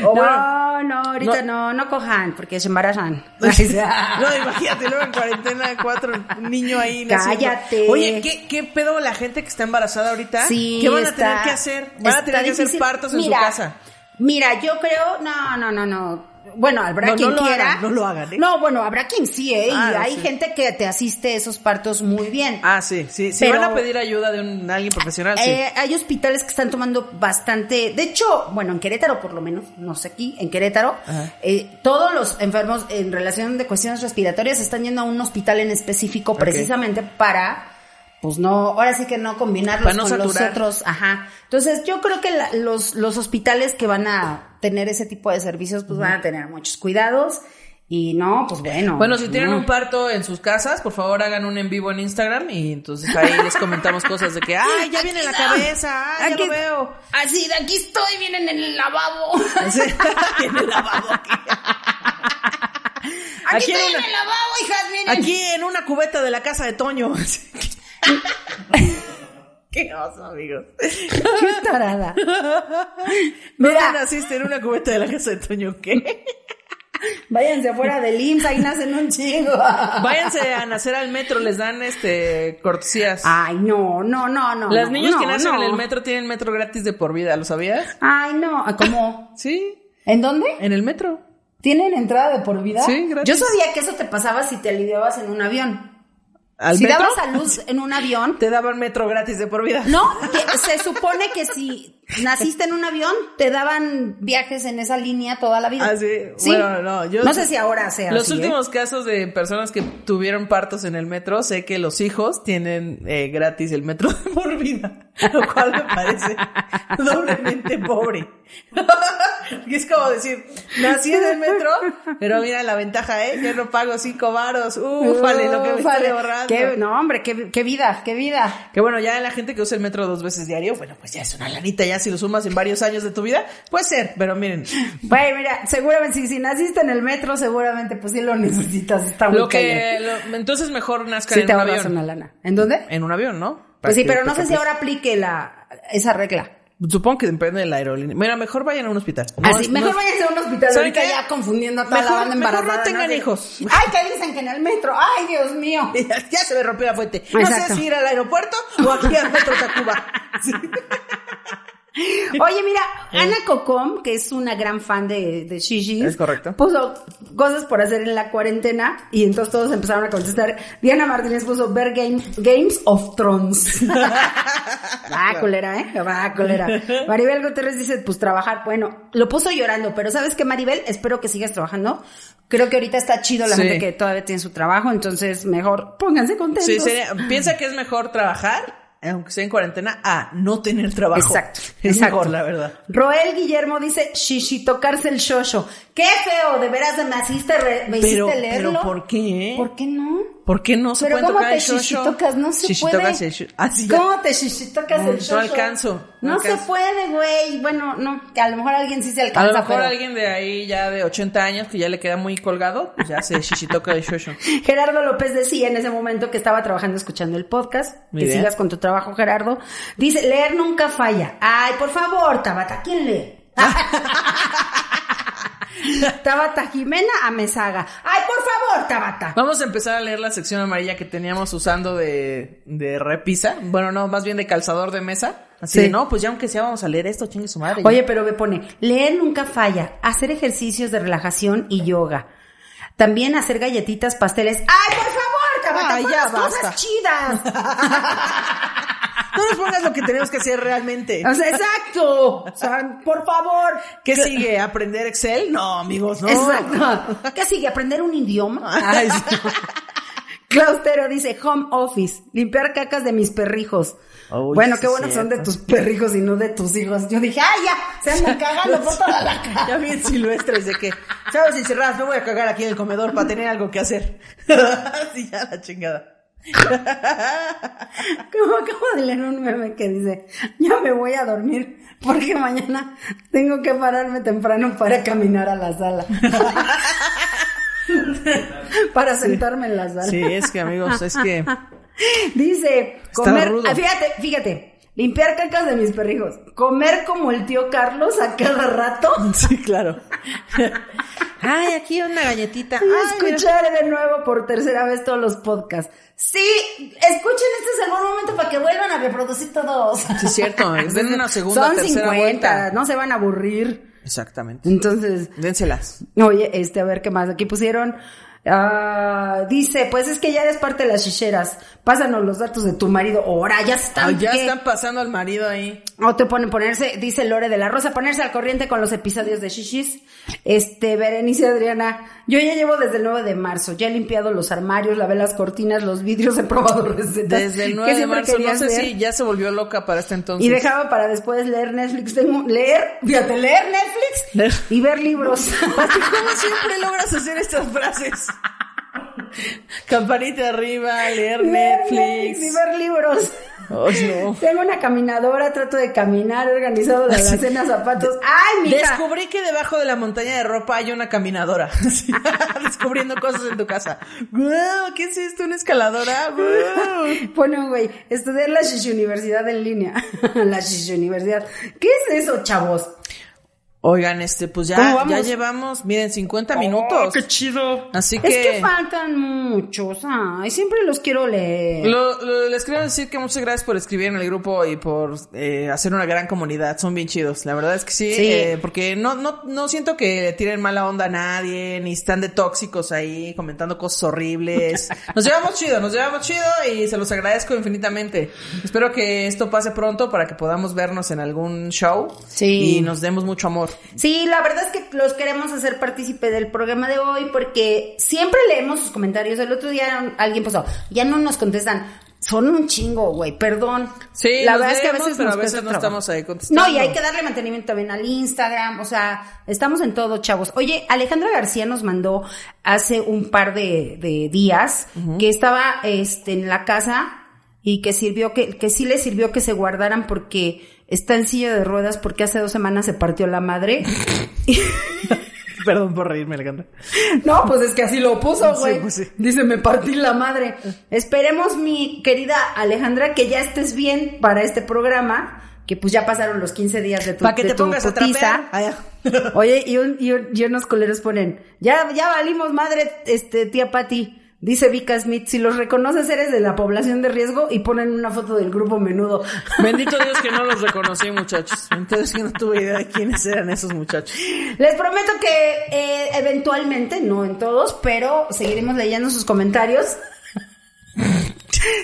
D: O Oh, bueno,
B: no, no, ahorita no. no, cojan, porque se embarazan.
D: Pues, No, imagínate, luego en cuarentena cuatro un niño ahí. naciendo.
B: Cállate.
D: Oye, ¿qué, ¿qué pedo la gente que está embarazada ahorita?
B: Sí,
D: ¿Qué van a
B: está-
D: tener que hacer? Van a
B: está
D: tener que hacer
B: difícil.
D: partos en su
B: Mira,
D: casa.
B: Mira, yo creo, no, no, no, no. Bueno, habrá
D: No,
B: quien
D: no lo
B: quiera.
D: hagan, no lo hagan, ¿eh?
B: No, bueno, habrá quien sí, ¿eh? Y
D: Ah, no,
B: hay
D: sí.
B: gente que te asiste a esos partos muy bien.
D: Ah, sí, sí. Si
B: Pero-
D: van a pedir ayuda de un, alguien profesional, sí.
B: Eh, hay hospitales que están tomando bastante, de hecho, bueno, en Querétaro por lo menos, no sé aquí, en Querétaro,
D: Ajá.
B: eh, todos los enfermos en relación de cuestiones respiratorias están yendo a un hospital en específico precisamente para, pues no, ahora sí que no combinarlos
D: Para no
B: con los
D: saturar.
B: otros, ajá. Entonces yo creo que la- los, los hospitales que van a tener ese tipo de servicios, pues van a tener muchos cuidados y no, pues bueno.
D: Bueno, si tienen
B: no.
D: un parto en sus casas, por favor hagan un en vivo en Instagram y entonces ahí les comentamos cosas de que, ay, ya viene la cabeza, ay, ya
B: Aquí-
D: lo veo.
B: Así, Ah, de aquí estoy, vienen en el lavabo.
D: Sí. Tiene lavabo aquí. Aquí en una-
B: lavabo, hijas, miren.
D: Aquí en una cubeta de la casa de Toño. Qué oso, amigos.
B: Qué tarada.
D: No
B: Mira.
D: te naciste en una cubeta de la casa de Toño, ¿qué?
B: Váyanse afuera del IMSS, ahí nacen un chingo.
D: Váyanse a nacer al metro, les dan este cortesías.
B: Ay, no, no, no, no.
D: Las
B: Ah, no,
D: niñas que
B: no,
D: nacen
B: no.
D: en el metro tienen metro gratis de por vida, ¿lo sabías?
B: Ay, no, ah, ¿cómo?
D: Sí,
B: ¿En dónde?
D: en el metro.
B: ¿Tienen entrada de por vida?
D: Sí, gratis.
B: Yo sabía que eso te pasaba si te aliviabas en un avión.
D: ¿Al
B: si
D: metro?
B: dabas a luz en un avión,
D: Te daban metro gratis de por vida.
B: no, que se supone que si naciste en un avión, te daban viajes en esa línea toda la vida.
D: Ah, sí. Bueno, no, yo-
B: no sé si ahora sea
D: Los
B: así, ¿eh?
D: últimos casos de personas que tuvieron partos en el metro, sé que los hijos tienen eh, gratis el metro de por vida, lo cual me parece doblemente pobre. Y es como decir, nací en el metro, pero mira la ventaja, ¿eh? Yo no pago cinco varos, ufale, lo que me
B: Ufale.
D: estoy ahorrando.
B: Qué-
D: Que
B: no, hombre, qué, qué vida, qué vida.
D: bueno, ya la gente que usa el metro dos veces diario, bueno, pues ya es una lanita, ya si lo sumas en varios años de tu vida, puede ser, pero miren,
B: Güey, mira, seguramente si, si naciste en el metro, seguramente pues sí lo necesitas. Está muy
D: Lo
B: cañón.
D: que, lo- entonces mejor nazcan
B: Sí
D: en
B: te
D: un
B: ahorras
D: avión.
B: una lana. ¿En dónde?
D: En un avión, ¿no?
B: Pues sí,
D: Para
B: pero
D: que-
B: no sé
D: para
B: si
D: que-
B: ahora aplique la esa regla.
D: Supongo que depende de la aerolínea. Mira, mejor vayan a un hospital. No,
B: Así,
D: es-
B: Ah, mejor
D: no-
B: váyanse a un hospital
D: ¿Saben
B: ahorita
D: qué?
B: ya confundiendo a toda
D: Mejor-
B: la banda
D: mejor no
B: embarazada.
D: tengan
B: Así-
D: hijos.
B: Ay, que dicen que en el metro. Ay, Dios mío.
D: Ya se me rompió la fuente. No
B: Exacto.
D: sé si ir al aeropuerto o aquí al metro Tacuba. Sí.
B: Oye, mira, Ana Cocom, que es una gran fan de, de Shishis,
C: Es correcto.
B: puso cosas por hacer en la cuarentena y entonces todos empezaron a contestar. Diana Martínez puso ver game- Games of Thrones. Va, culera, ¿eh? Va, culera. Maribel Gutiérrez dice, pues trabajar. Bueno, lo puso llorando, pero ¿sabes qué, Maribel? Espero que sigas trabajando. Creo que ahorita está chido la
D: Sí.
B: gente que todavía tiene su trabajo, entonces mejor pónganse contentos.
D: Sí, sería- piensa que es mejor trabajar, aunque sea en cuarentena, a no tener trabajo.
B: Exacto,
D: Es
B: exacto.
D: mejor, la verdad.
B: Roel Guillermo dice, shishi, tocarse el shosho. Qué feo, de veras me hiciste, re- me
D: Pero,
B: hiciste leerlo.
D: pero ¿por qué?
B: ¿Por qué no?
D: ¿Por qué no se
B: pero
D: puede
B: ¿cómo
D: tocar
B: te
D: el shosho?
B: shishitocas? No se
D: Shishitocas
B: puede.
D: el shosho. Así ya.
B: ¿Cómo te shishitocas
D: No,
B: el
D: no
B: shosho?
D: alcanzo,
B: No,
D: no
B: se
D: alcanzo.
B: puede, güey. Bueno, no, que a lo mejor alguien sí se
D: A
B: alcanza,
D: lo mejor
B: pero-
D: alguien de ahí ya de 80 años que ya le queda muy colgado, pues ya se shishitoca el shosho.
B: Gerardo López decía en ese momento que estaba trabajando escuchando el podcast.
D: Muy
B: que
D: bien.
B: sigas con tu trabajo, Gerardo. Dice, leer nunca falla. Ay, por favor, Tabata, ¿quién lee? Tabata Jimena Amezaga. Ay, por favor, Tabata.
D: Vamos a empezar a leer la sección amarilla que teníamos usando de, de repisa. Bueno, no, más bien de calzador de mesa. Así
B: Sí.
D: de, no, pues ya aunque sea vamos a leer esto, chingue su madre.
B: Oye, pero me pone, leer nunca falla, hacer ejercicios de relajación y yoga. También hacer galletitas, pasteles. ¡Ay, por favor, Tabata!
D: Ay,
B: pon
D: ya
B: las cosas
D: basta.
B: chidas!
D: no nos pongas lo que tenemos que hacer realmente.
B: O sea, exacto. O sea, por favor.
D: ¿Qué sigue? ¿Aprender Excel? No, amigos, no.
B: Exacto. ¿Qué sigue? ¿Aprender un idioma?
D: Ay, sí.
B: Claustero dice home office, limpiar cacas de mis perrijos.
D: Uy,
B: bueno,
D: sí
B: qué
D: es
B: bueno que son de
D: cierto.
B: tus perrijos y no de tus hijos. Yo dije, ¡ay, ya! Se andan cagando por toda la cara.
D: Ya bien silvestres de que, chavos encerradas, me voy a cagar aquí en el comedor para tener algo que hacer. Así ya la chingada.
B: Como acabo de leer un meme que dice, ya me voy a dormir porque mañana tengo que pararme temprano para caminar a la sala. para sentarme en la sala.
D: Sí, es que amigos, es que
B: Dice, comer,
D: rudo.
B: ah, fíjate, fíjate, limpiar cacas de mis perrijos, comer como el tío Carlos a cada rato.
D: Sí, claro. Ay, aquí una galletita. Ay, mira.
B: escuchar de nuevo por tercera vez todos los podcasts. Sí, escuchen este algún momento para que vuelvan a reproducir todos.
D: Sí, es cierto. es Den una segunda,
B: Son
D: tercera
B: 50,
D: vuelta.
B: no se van a aburrir.
D: Exactamente.
B: Entonces,
D: Dénselas.
B: oye, este, a ver qué más. Aquí pusieron. ah, dice, pues es que ya eres parte de las chicheras. Pásanos los datos de tu marido. Ahora ya están.
D: Ay, Ah, ya
B: ¿qué?
D: están pasando al marido ahí.
B: O te ponen ponerse, dice Lore de la Rosa, ponerse al corriente con los episodios de Shishis. Este, Berenice Adriana, yo ya llevo desde el 9 de marzo, ya he limpiado los armarios, lavé las cortinas, los vidrios, he probado recetas.
D: Desde el
B: que
D: 9 de
B: siempre
D: marzo. No
B: querías
D: sé
B: ver.
D: si ya se volvió loca para este entonces.
B: Y dejaba para después leer Netflix, tengo, leer, fíjate, leer
D: Leer.
B: Netflix y ver libros.
D: ¿Cómo siempre logras hacer estas frases? Campanita arriba, leer
B: Leer
D: Netflix. Oh.
B: y ver libros.
D: Ay, no.
B: Tengo una caminadora, trato de caminar, he organizado la alacena, zapatos. ¡Ay, mija!
D: Descubrí que debajo de la montaña de ropa hay una caminadora. Sí, Descubriendo cosas en tu casa. ¡Guau! ¿Qué es esto? ¿Una escaladora? ¡Guau!
B: Pone un güey, estudiar la shish universidad en línea. la shish universidad. ¿Qué es eso, chavos?
D: Oigan, este, pues
B: ¿Cómo
D: ya,
B: vamos?
D: ya llevamos, miren, 50 minutos.
E: Oh, qué chido.
D: Así
B: Es que
D: que,
B: faltan muchos. Ay, siempre los quiero leer.
D: lo- lo- les quiero decir que muchas gracias por escribir en el grupo y por eh, hacer una gran comunidad. Son bien chidos. La verdad es que sí,
B: Sí.
D: eh, porque no, no, no siento que tiren mala onda a nadie, ni están de tóxicos ahí comentando cosas horribles. Nos llevamos chido, nos llevamos chido y se los agradezco infinitamente. Espero que esto pase pronto para que podamos vernos en algún show
B: Sí.
D: y nos demos mucho amor.
B: Sí, la verdad es que los queremos hacer partícipe del programa de hoy porque siempre leemos sus comentarios. El otro día un- alguien puso, ya no nos contestan. Son un chingo, güey, perdón.
D: Sí,
B: la
D: los
B: verdad es que a
D: leemos,
B: veces,
D: pero
B: nos
D: a veces
B: cuesta
D: no
B: trabajo.
D: estamos ahí contestando.
B: No, y hay que darle mantenimiento también al Instagram, o sea, estamos en todo, chavos. Oye, Alejandra García nos mandó hace un par de, de días que estaba este, en la casa y que sirvió, que, que sí le sirvió que se guardaran porque está en silla de ruedas porque hace dos semanas se partió la madre.
D: Perdón por reírme, Alejandra.
B: No, pues es que así lo puso,
D: Sí,
B: güey.
D: pues sí.
B: Dice, me partí la madre. Esperemos, mi querida Alejandra, que ya estés bien para este programa. Que pues ya pasaron los 15 días de tu,
D: Para que
B: de
D: te
B: tu
D: pongas a
B: putiza.
D: trapear.
B: Oye, y, un- y un- y unos coleros ponen, ya, ya valimos madre, este, tía Pati. Dice Vika Smith, si los reconoces eres de la población de riesgo y ponen una foto del grupo menudo.
D: Bendito Dios que no los reconocí, muchachos. Bendito Dios que no tuve idea de quiénes eran esos muchachos.
B: Les prometo que eh, eventualmente, no en todos, pero seguiremos leyendo sus comentarios.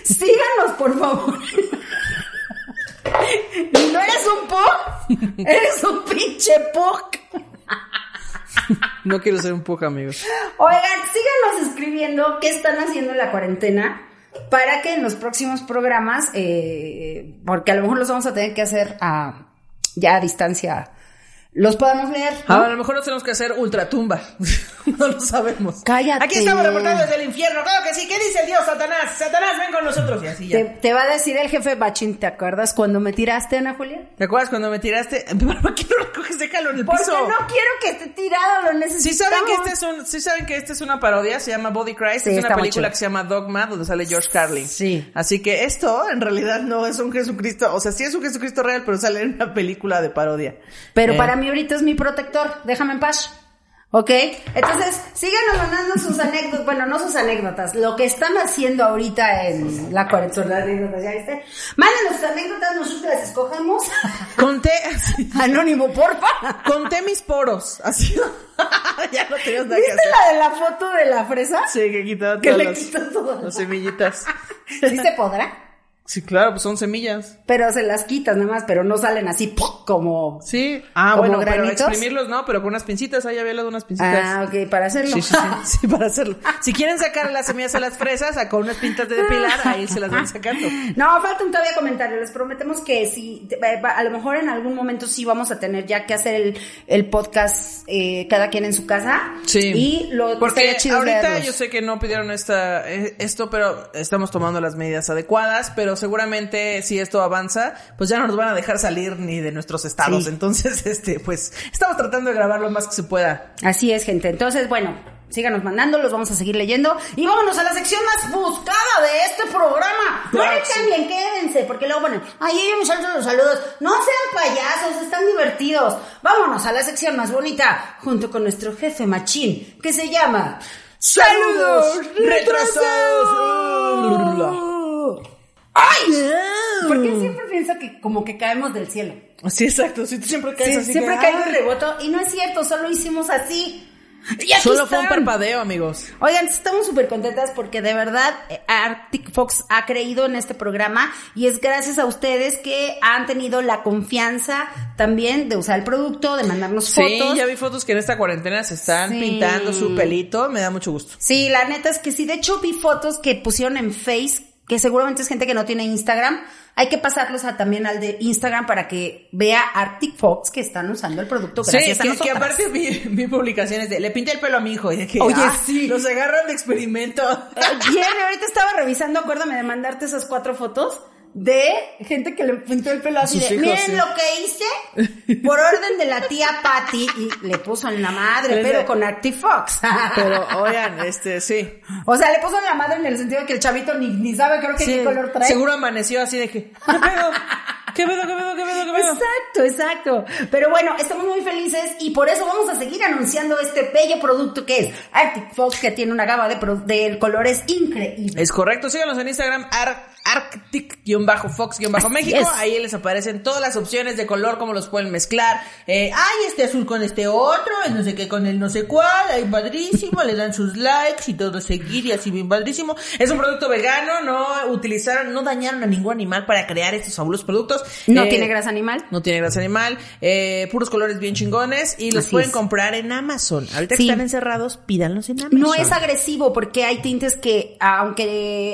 B: Síganos, por favor. No eres un pug, eres un pinche pug.
D: No quiero ser un poco amigos.
B: Oigan, síganos escribiendo qué están haciendo en la cuarentena para que en los próximos programas, eh, porque a lo mejor los vamos a tener que hacer a, ya a distancia, los podamos leer. ¿no?
D: A lo mejor nos tenemos que hacer ultratumba. no lo sabemos.
B: Cállate.
D: Aquí estamos reportando desde el infierno. Claro que sí. ¿Qué dice el Dios Satanás? Satanás, ven con nosotros. Y así ya.
B: Te, te va a decir el jefe Bachín, ¿te acuerdas cuando me tiraste, Ana Julia?
D: ¿Te acuerdas cuando me tiraste? ¿Por qué no lo coges? Déjalo en el
B: Porque
D: piso.
B: no quiero que esté tirado, lo
D: Si
B: necesitamos.
D: saben que este es un, sí saben que este es una parodia, se llama Body Christ,
B: Sí,
D: es
B: está
D: una
B: muy
D: película
B: chida.
D: que se llama Dogma, donde sale George Carlin.
B: Sí.
D: Así que esto en realidad no es un Jesucristo, o sea, sí es un Jesucristo real, pero sale en una película de parodia.
B: Pero
D: Eh,
B: para mí ahorita es mi protector, déjame en paz. ¿Ok? Entonces, síganos mandando sus anécdotas, bueno, no sus anécdotas, lo que están haciendo ahorita en la cuarentena. anécdotas, ¿ya viste? Mándenos sus anécdotas, nosotros las escogemos.
D: conté, así,
B: Anónimo, porfa.
D: conté mis poros, así. ya no tenías nada que
B: ¿Viste
D: hacer.
B: la de la foto de la fresa?
D: Sí, que quitaba
B: Que
D: todas
B: le
D: las,
B: quitó todas.
D: las semillitas.
B: Sí se podrá,
D: Sí, claro, pues son semillas.
B: pero se las quitas nada más, pero no salen así ¡puc! como...
D: Sí. Ah,
B: ¿Como
D: bueno, pero
B: granitos?
D: exprimirlos no, pero con unas pincitas, ahí había de unas pincitas.
B: Ah, ok, para hacerlo.
D: Pues, Sí, sí, sí, sí, para hacerlo. Si quieren sacar las semillas a las fresas, a con unas pintas de depilar, ahí se las van sacando.
B: No, faltan todavía comentarios. Les prometemos que sí, te- va- va- a lo mejor en algún momento sí vamos a tener ya que hacer el, el podcast eh, cada quien en su casa. Y lo
D: Porque
B: estaría chido
D: ahorita
B: leerlos.
D: yo sé que no pidieron esta, eh, esto, pero estamos tomando las medidas adecuadas, pero seguramente si esto avanza, pues ya no nos van a dejar salir ni de nuestros estados.
B: Sí.
D: Entonces, este, pues, estamos tratando de grabar lo más que se pueda.
B: Así es, gente. Entonces, bueno, síganos mandando, los vamos a seguir leyendo. Y vámonos a la sección más buscada de este programa. No le cambien, quédense, porque luego ponen, ay, ya me saltan los saludos. No sean payasos, están divertidos. Vámonos a la sección más bonita, junto con nuestro jefe machín, que se llama...
D: ¡Saludos retrasados!
B: ¡Ay! Porque siempre pienso que como que caemos del cielo.
D: Sí, exacto. Si tú siempre caes
B: Sí,
D: así
B: siempre
D: que,
B: caigo
D: ¡ay!
B: en reboto y no es cierto, solo hicimos así. Y aquí
D: Solo fue un
B: están.
D: parpadeo, amigos.
B: Oigan, estamos súper contentas porque de verdad eh, Arctic Fox ha creído en este programa y es gracias a ustedes que han tenido la confianza también de usar el producto, de mandarnos
D: Sí,
B: fotos.
D: ya vi fotos que en esta cuarentena se están
B: Sí.
D: pintando su pelito, me da mucho gusto.
B: Sí, la neta es que sí. De hecho, vi fotos que pusieron en Face, que seguramente es gente que no tiene Instagram. Hay que pasarlos a- también al de Instagram para que vea Arctic Fox que están usando el producto gracias
D: sí,
B: a
D: que, que
B: nosotras.
D: aparte vi, vi publicaciones de le pinté el pelo a mi hijo y de que
B: Oye,
D: ah,
B: sí.
D: los agarran de experimento.
B: Eh, Bien, ahorita estaba revisando, acuérdame de mandarte esas cuatro fotos de gente que le pintó el pelo así
D: sus
B: de,
D: hijos,
B: miren
D: sí.
B: lo que hice por orden de la tía Patty y le puso en la madre,
D: Les
B: pero
D: de-
B: con Arctic Fox.
D: Pero oigan, este sí.
B: o sea, le puso en la madre en el sentido de que el chavito ni, ni sabe creo que
D: Sí,
B: qué color trae.
D: Seguro amaneció así de que ¿Qué pedo? ¿Qué pedo? ¿Qué pedo? ¿Qué pedo? ¿Qué pedo?
B: Exacto, exacto. Pero bueno, estamos muy felices y por eso vamos a seguir anunciando este bello producto que es Arctic Fox, que tiene una gama de, pro- de colores increíbles.
D: Es correcto, síganos en Instagram ar-
B: Así es.
D: arctic-fox-méxico, ahí les aparecen todas las opciones de color, cómo los pueden mezclar. Eh, ay, este azul con este otro, el no sé qué con el no sé cuál, ay, padrísimo, le dan sus likes y todo seguir y así bien padrísimo. Es un producto vegano, no utilizaron, no dañaron a ningún animal para crear estos fabulosos productos.
B: No
D: Eh,
B: tiene grasa animal.
D: No tiene grasa animal, eh, puros colores bien chingones y los
B: Así
D: pueden
B: es.
D: comprar en Amazon. Ahorita
B: Sí.
D: que están encerrados, pídanlos en Amazon.
B: No es agresivo porque hay tintes que, aunque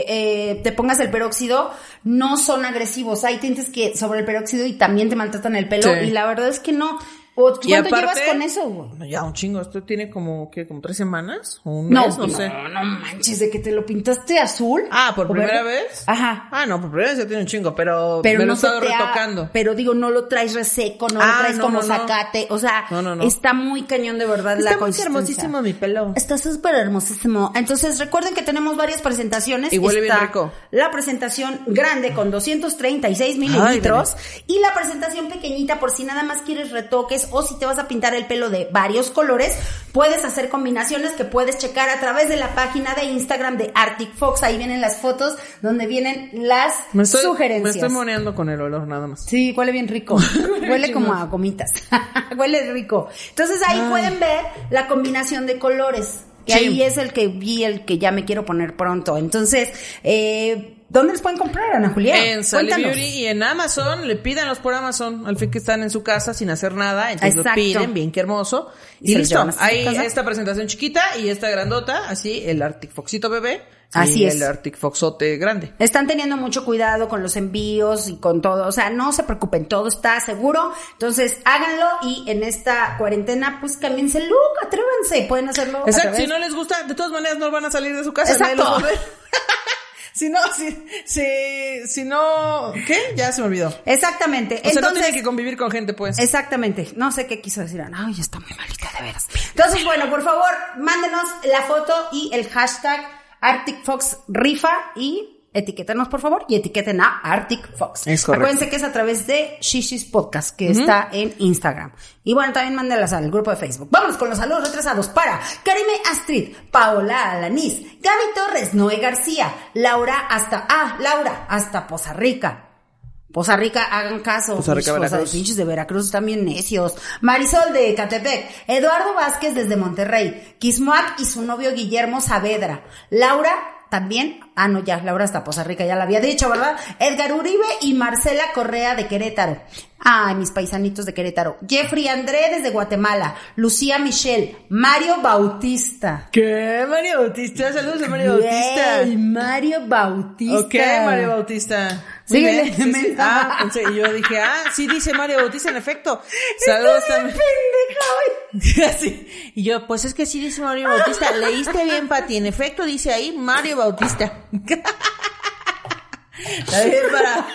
B: eh, te pongas el peróxido, no son agresivos. Hay tintes que sobre el peróxido y también te maltratan el pelo.
D: Sí.
B: Y la verdad es que no. O- ¿Cuánto
D: Y aparte-
B: llevas con eso? güey?
D: No, Ya, un chingo. Esto tiene como, ¿qué? ¿Como tres semanas? ¿O un
B: No,
D: mes?
B: no,
D: No sé.
B: no manches, de que te lo pintaste azul.
D: Ah, ¿por
B: ¿O
D: primera
B: verde?
D: vez?
B: Ajá.
D: Ah, no, por primera vez ya tiene un chingo, pero,
B: Pero
D: me
B: no
D: lo he
B: se
D: estado
B: te ha-
D: retocando.
B: Pero digo, no lo traes reseco, no lo
D: Ah,
B: traes
D: no,
B: como
D: no, no.
B: zacate. O sea,
D: No, no, no.
B: está muy cañón de verdad la
D: Está muy
B: consistencia.
D: hermosísimo mi pelo.
B: Está súper hermosísimo. Entonces, recuerden que tenemos varias presentaciones.
D: Y huele bien
B: Está
D: rico.
B: La presentación grande con 236 mililitros y la presentación pequeñita por si nada más quieres retoques colores o si te vas a pintar el pelo de varios colores, puedes hacer combinaciones que puedes checar a través de la página de Instagram de Arctic Fox. Ahí vienen las fotos donde vienen las
D: Me estoy, Me
B: sugerencias.
D: estoy moneando con el olor nada más.
B: Sí, huele bien rico. huele como a gomitas. huele rico. Entonces ahí pueden ver la combinación de colores. Que
D: Sí.
B: ahí es el que vi, el que ya me quiero poner pronto. Entonces, eh, ¿dónde los pueden comprar, Ana Julia?
D: En Sally
B: Cuéntanos.
D: Beauty y en Amazon, le pídanlos por Amazon, al fin que están en su casa sin hacer nada, entonces
B: Exacto.
D: lo piden, bien que hermoso.
B: Y
D: Y,
B: se los
D: listo,
B: llevan a su
D: hay
B: casa.
D: esta presentación chiquita y esta grandota, así el Arctic Foxito bebé. y
B: Así es.
D: El Arctic Foxote grande.
B: Están teniendo mucho cuidado con los envíos y con todo. O sea, no se preocupen, todo está seguro. Entonces, háganlo y en esta cuarentena, pues cámbiense el look, atrévanse. Pueden hacerlo. a
D: Exacto,
B: través-
D: si no les gusta, de todas maneras no van a salir de su casa. nadie
B: Exacto.
D: los va a ver. si no, si, si, si no, ¿qué? Ya se me olvidó. O
B: Exactamente.
D: sea, no
B: Entonces,
D: tiene que convivir con gente, pues.
B: Exactamente. No sé qué quiso decir. Ana. Ay, está muy malita, de veras. Entonces, bueno, por favor, mándenos la foto y el hashtag Arctic Fox Rifa y etiquétenos, por favor, y etiqueten a Arctic Fox.
D: Es correcto.
B: Acuérdense que es a través de Shishis Podcast, que está en Instagram. Y bueno, también mándelas al grupo de Facebook. Vámonos con los saludos retrasados para Karime Astrid, Paola Alanís, Gaby Torres, Noé García, Laura hasta, ah, Laura hasta Poza Rica. Poza Rica, hagan caso.
D: Poza Rica,
B: Hijo, o sea,
D: Veracruz.
B: pinches de Veracruz están bien necios. Marisol de Ecatepec. Eduardo Vázquez desde Monterrey. Quismoac y su novio Guillermo Saavedra. Laura también. Ah, no, ya. Laura hasta Poza Rica, ya la había dicho, ¿verdad? Edgar Uribe y Marcela Correa de Querétaro. Ay, mis paisanitos de Querétaro. Jeffrey André desde Guatemala. Lucía Michelle. Mario Bautista.
D: ¿Qué? Mario Bautista, saludos a Mario
B: Güey, Mario Bautista.
D: Ok, Mario Bautista. Muy
B: Síguele,
D: bien, sí, sí.
B: me-
D: Ah, pensé- y yo dije, ah, sí dice Mario Bautista, en efecto. Saludos también. Así. Y yo, pues es que sí dice Mario Bautista. Leíste bien, Pati. En efecto, dice ahí Mario Bautista. Está bien para.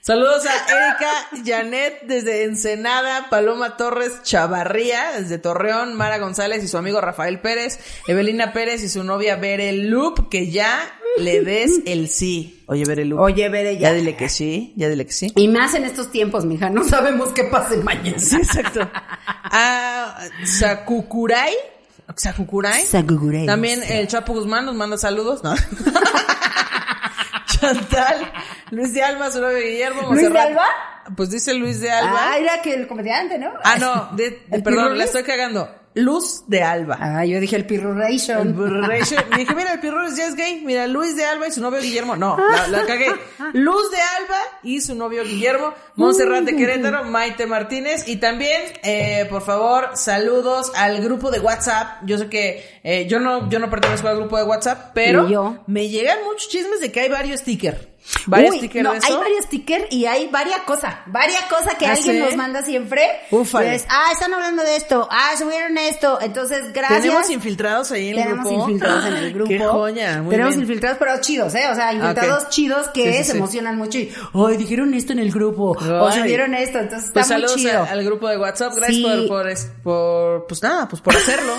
D: Saludos a Erika Janet desde Ensenada, Paloma Torres Chavarría desde Torreón, Mara González y su amigo Rafael Pérez, Evelina Pérez y su novia Bere Lup, que ya le des el sí. Oye, Bere Lup.
B: Oye, Bere,
D: ya.
B: ya.
D: dile que sí, ya dile que sí.
B: Y más en estos tiempos, mija, no sabemos qué pase mañana.
D: Sí, exacto. A Sakukurai. Sakukurai.
B: Sakukurai.
D: También el Chapo Guzmán nos manda saludos, ¿no? Chantal, Luis de Alba, su novio Guillermo.
B: ¿Luis de
D: Monserrat.
B: Alba?
D: Pues dice Luis de Alba.
B: Ah, era que el comediante, ¿no?
D: Ah, no, de- de-
B: ¿El
D: perdón,
B: Pirrulis?
D: la estoy cagando. Luz de Alba.
B: Ah, yo dije el
D: El
B: pirruration.
D: Burration. Y dije, mira, el Pirrulis ya es gay. Mira, Luis de Alba y su novio Guillermo. No, la, la cagué. Luz de Alba y su novio Guillermo. Montserrat de Querétaro, Maite Martínez. Y también, eh, por favor, saludos al grupo de WhatsApp. Yo sé que eh, yo no yo no pertenezco al grupo de WtsApp, pero
B: Ni yo.
D: me llegan muchos chismes de que hay varios stickers. Varios
B: Uy,
D: stickers
B: no,
D: de eso.
B: hay varios stickers y hay varias cosas, varias cosas que
D: ¿Ah,
B: alguien
D: sí?
B: nos manda siempre.
D: Ufale.
B: Y es, ah, están hablando de esto, ah, subieron esto, entonces gracias.
D: Tenemos infiltrados ahí en el
B: Tenemos
D: grupo.
B: infiltrados en el grupo.
D: Qué joya, muy
B: Tenemos
D: bien. Ah,
B: infiltrados, pero chidos, ¿eh? O sea, infiltrados
D: ok.
B: chidos que
D: Sí, sí,
B: se
D: sí.
B: emocionan mucho y, ay, dijeron esto en el grupo, o
D: Ay.
B: subieron esto, entonces está
D: Pues
B: muy
D: saludos
B: chido.
D: a- al grupo de WhatsApp, gracias
B: Sí.
D: por, por, es- por- pues nada, pues por hacerlo.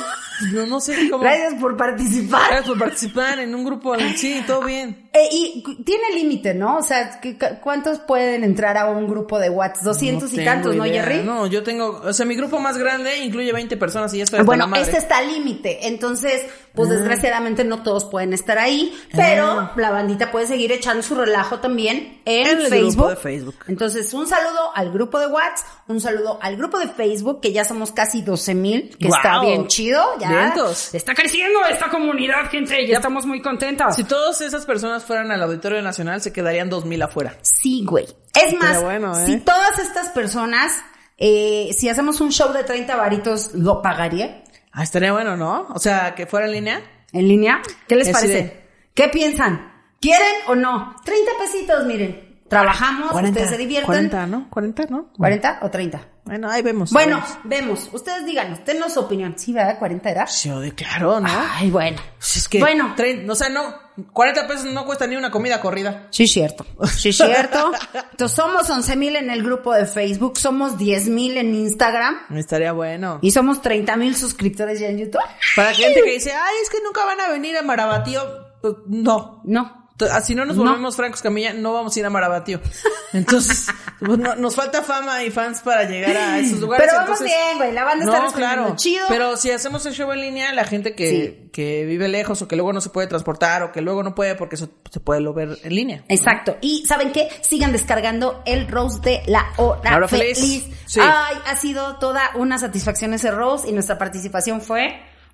D: No, no sé cómo.
B: Gracias por participar.
D: Gracias por participar en un grupo, sí, todo bien.
B: Eh, y cu- tiene límite, ¿no? O sea, ¿qué- cu- ¿cuántos pueden entrar a un grupo de WhatsApp? 200 y
D: tengo
B: tantos, ¿no,
D: idea.
B: Jerry?
D: No, yo tengo, o sea, mi grupo más grande incluye 20 personas y ya estoy
B: Ah,
D: hasta
B: Bueno,
D: la madre.
B: este está al límite, entonces, pues desgraciadamente no todos pueden estar ahí, pero
D: Ah.
B: la bandita puede seguir echando su relajo también en
D: En el
B: Facebook.
D: grupo de Facebook.
B: Entonces, un saludo al grupo de WhatsApp, un saludo al grupo de Facebook, que ya somos casi 12 mil, que
D: Guau.
B: está bien chido, ya.
D: Vientos.
B: Está creciendo esta comunidad, gente, y estamos muy contentas.
D: Si todas esas personas fueran al Auditorio Nacional, se quedarían 2000 afuera.
B: Sí, güey. Es más,
D: Pero bueno, ¿eh?
B: si todas estas personas, eh, si hacemos un show de 30 varitos, ¿lo pagaría
D: Ah, estaría bueno, ¿no? O sea, que fuera en línea.
B: en línea? ¿Qué les
D: Así
B: parece?
D: de-
B: ¿Qué piensan? ¿Quieren o no? 30 pesitos, miren. Trabajamos, pues, ustedes se divierten.
D: 40, ¿no? 40, ¿no?
B: 40 o 30?
D: Bueno, ahí vemos.
B: Bueno,
D: Ahí vemos.
B: vemos. Ustedes díganos, denos su opinión. Sí, ¿verdad? 40 era.
D: Sí, oye, claro, ¿no?
B: Ay, bueno.
D: Pues es que
B: Ah. Bueno.
D: 30, o sea, no, 40 pesos no cuesta ni una comida corrida.
B: Sí, cierto. Sí, cierto. Entonces, somos 11 mil en el grupo de Facebook, somos 10 mil en Instagram
D: Estaría bueno.
B: y somos 30 mil suscriptores ya en YouTube.
D: Para gente que dice, ay, es que nunca van a venir a Marabatío, pues no.
B: No.
D: T- ah, Si no nos volvemos francos, Camilla, no vamos a ir a Marabatío. Entonces, pues, no- nos falta fama y fans para llegar a esos lugares.
B: Pero vamos
D: entonces-
B: bien, güey. La banda está respondiendo chido.
D: pero si hacemos el show en línea, la gente que,
B: Sí.
D: que vive lejos o que luego no se puede transportar o que luego no puede porque eso se puede lo ver en línea.
B: Exacto. Y ¿saben qué? Sigan descargando el roast de la hora
D: Hora
B: feliz.
D: feliz. Sí.
B: Ay, ha sido toda una satisfacción ese roast y nuestra participación fue,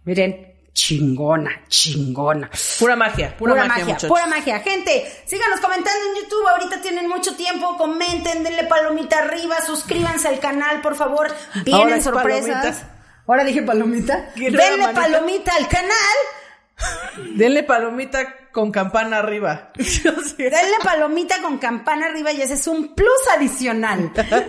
B: miren, chingona, chingona.
D: Pura magia, pura, magia, muchachos.
B: pura magia. Gente, síganos comentando en YouTube. Ahorita tienen mucho tiempo. Comenten, denle palomita arriba, suscríbanse al canal, por favor. Vienen
D: Ahora es
B: sorpresas.
D: palomita.
B: Ahora dije palomita.
D: ¿Qué era la
B: Denle
D: manita?
B: palomita al canal.
D: Denle palomita con campana arriba.
B: Denle palomita con campana arriba y ese es un plus adicional. Ay, denle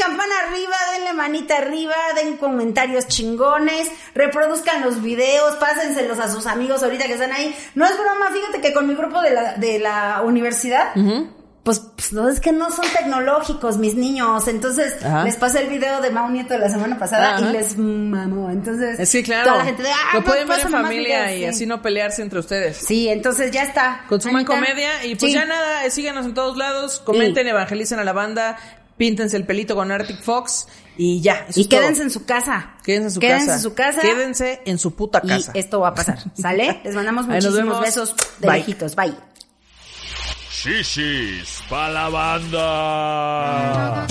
B: campana arriba, denle manita arriba, den comentarios chingones, reproduzcan los videos, pásenselos a sus amigos ahorita que están ahí. No es broma, fíjate que con mi grupo de la, de la universidad, pues, pues, no es que no son tecnológicos mis niños. Entonces
D: Ajá.
B: les pasé el video de Mau Nieto de la semana pasada y
D: Ajá.
B: les mamó. Entonces,
D: Es que Eh, claro,
B: toda la gente de, ah,
D: lo pueden ver en
B: pásame más
D: familia
B: videos",
D: y
B: sí.
D: así no pelearse entre ustedes.
B: Sí, entonces ya está.
D: Consuman
B: Anita.
D: comedia y pues
B: Sí.
D: ya nada, eh, síganos en todos lados, comenten, evangelicen a la banda, píntense el pelito con Arctic Fox y ya. eso
B: Y
D: es todo.
B: quédense en su casa.
D: Quédense en su casa.
B: en su casa.
D: Quédense en su puta casa.
B: Y esto va a pasar. ¿Sale? Les mandamos
D: Ahí nos
B: muchísimos
D: vemos.
B: besos de
D: Bye.
B: lejitos. Bye.
A: Shishis pa' la banda.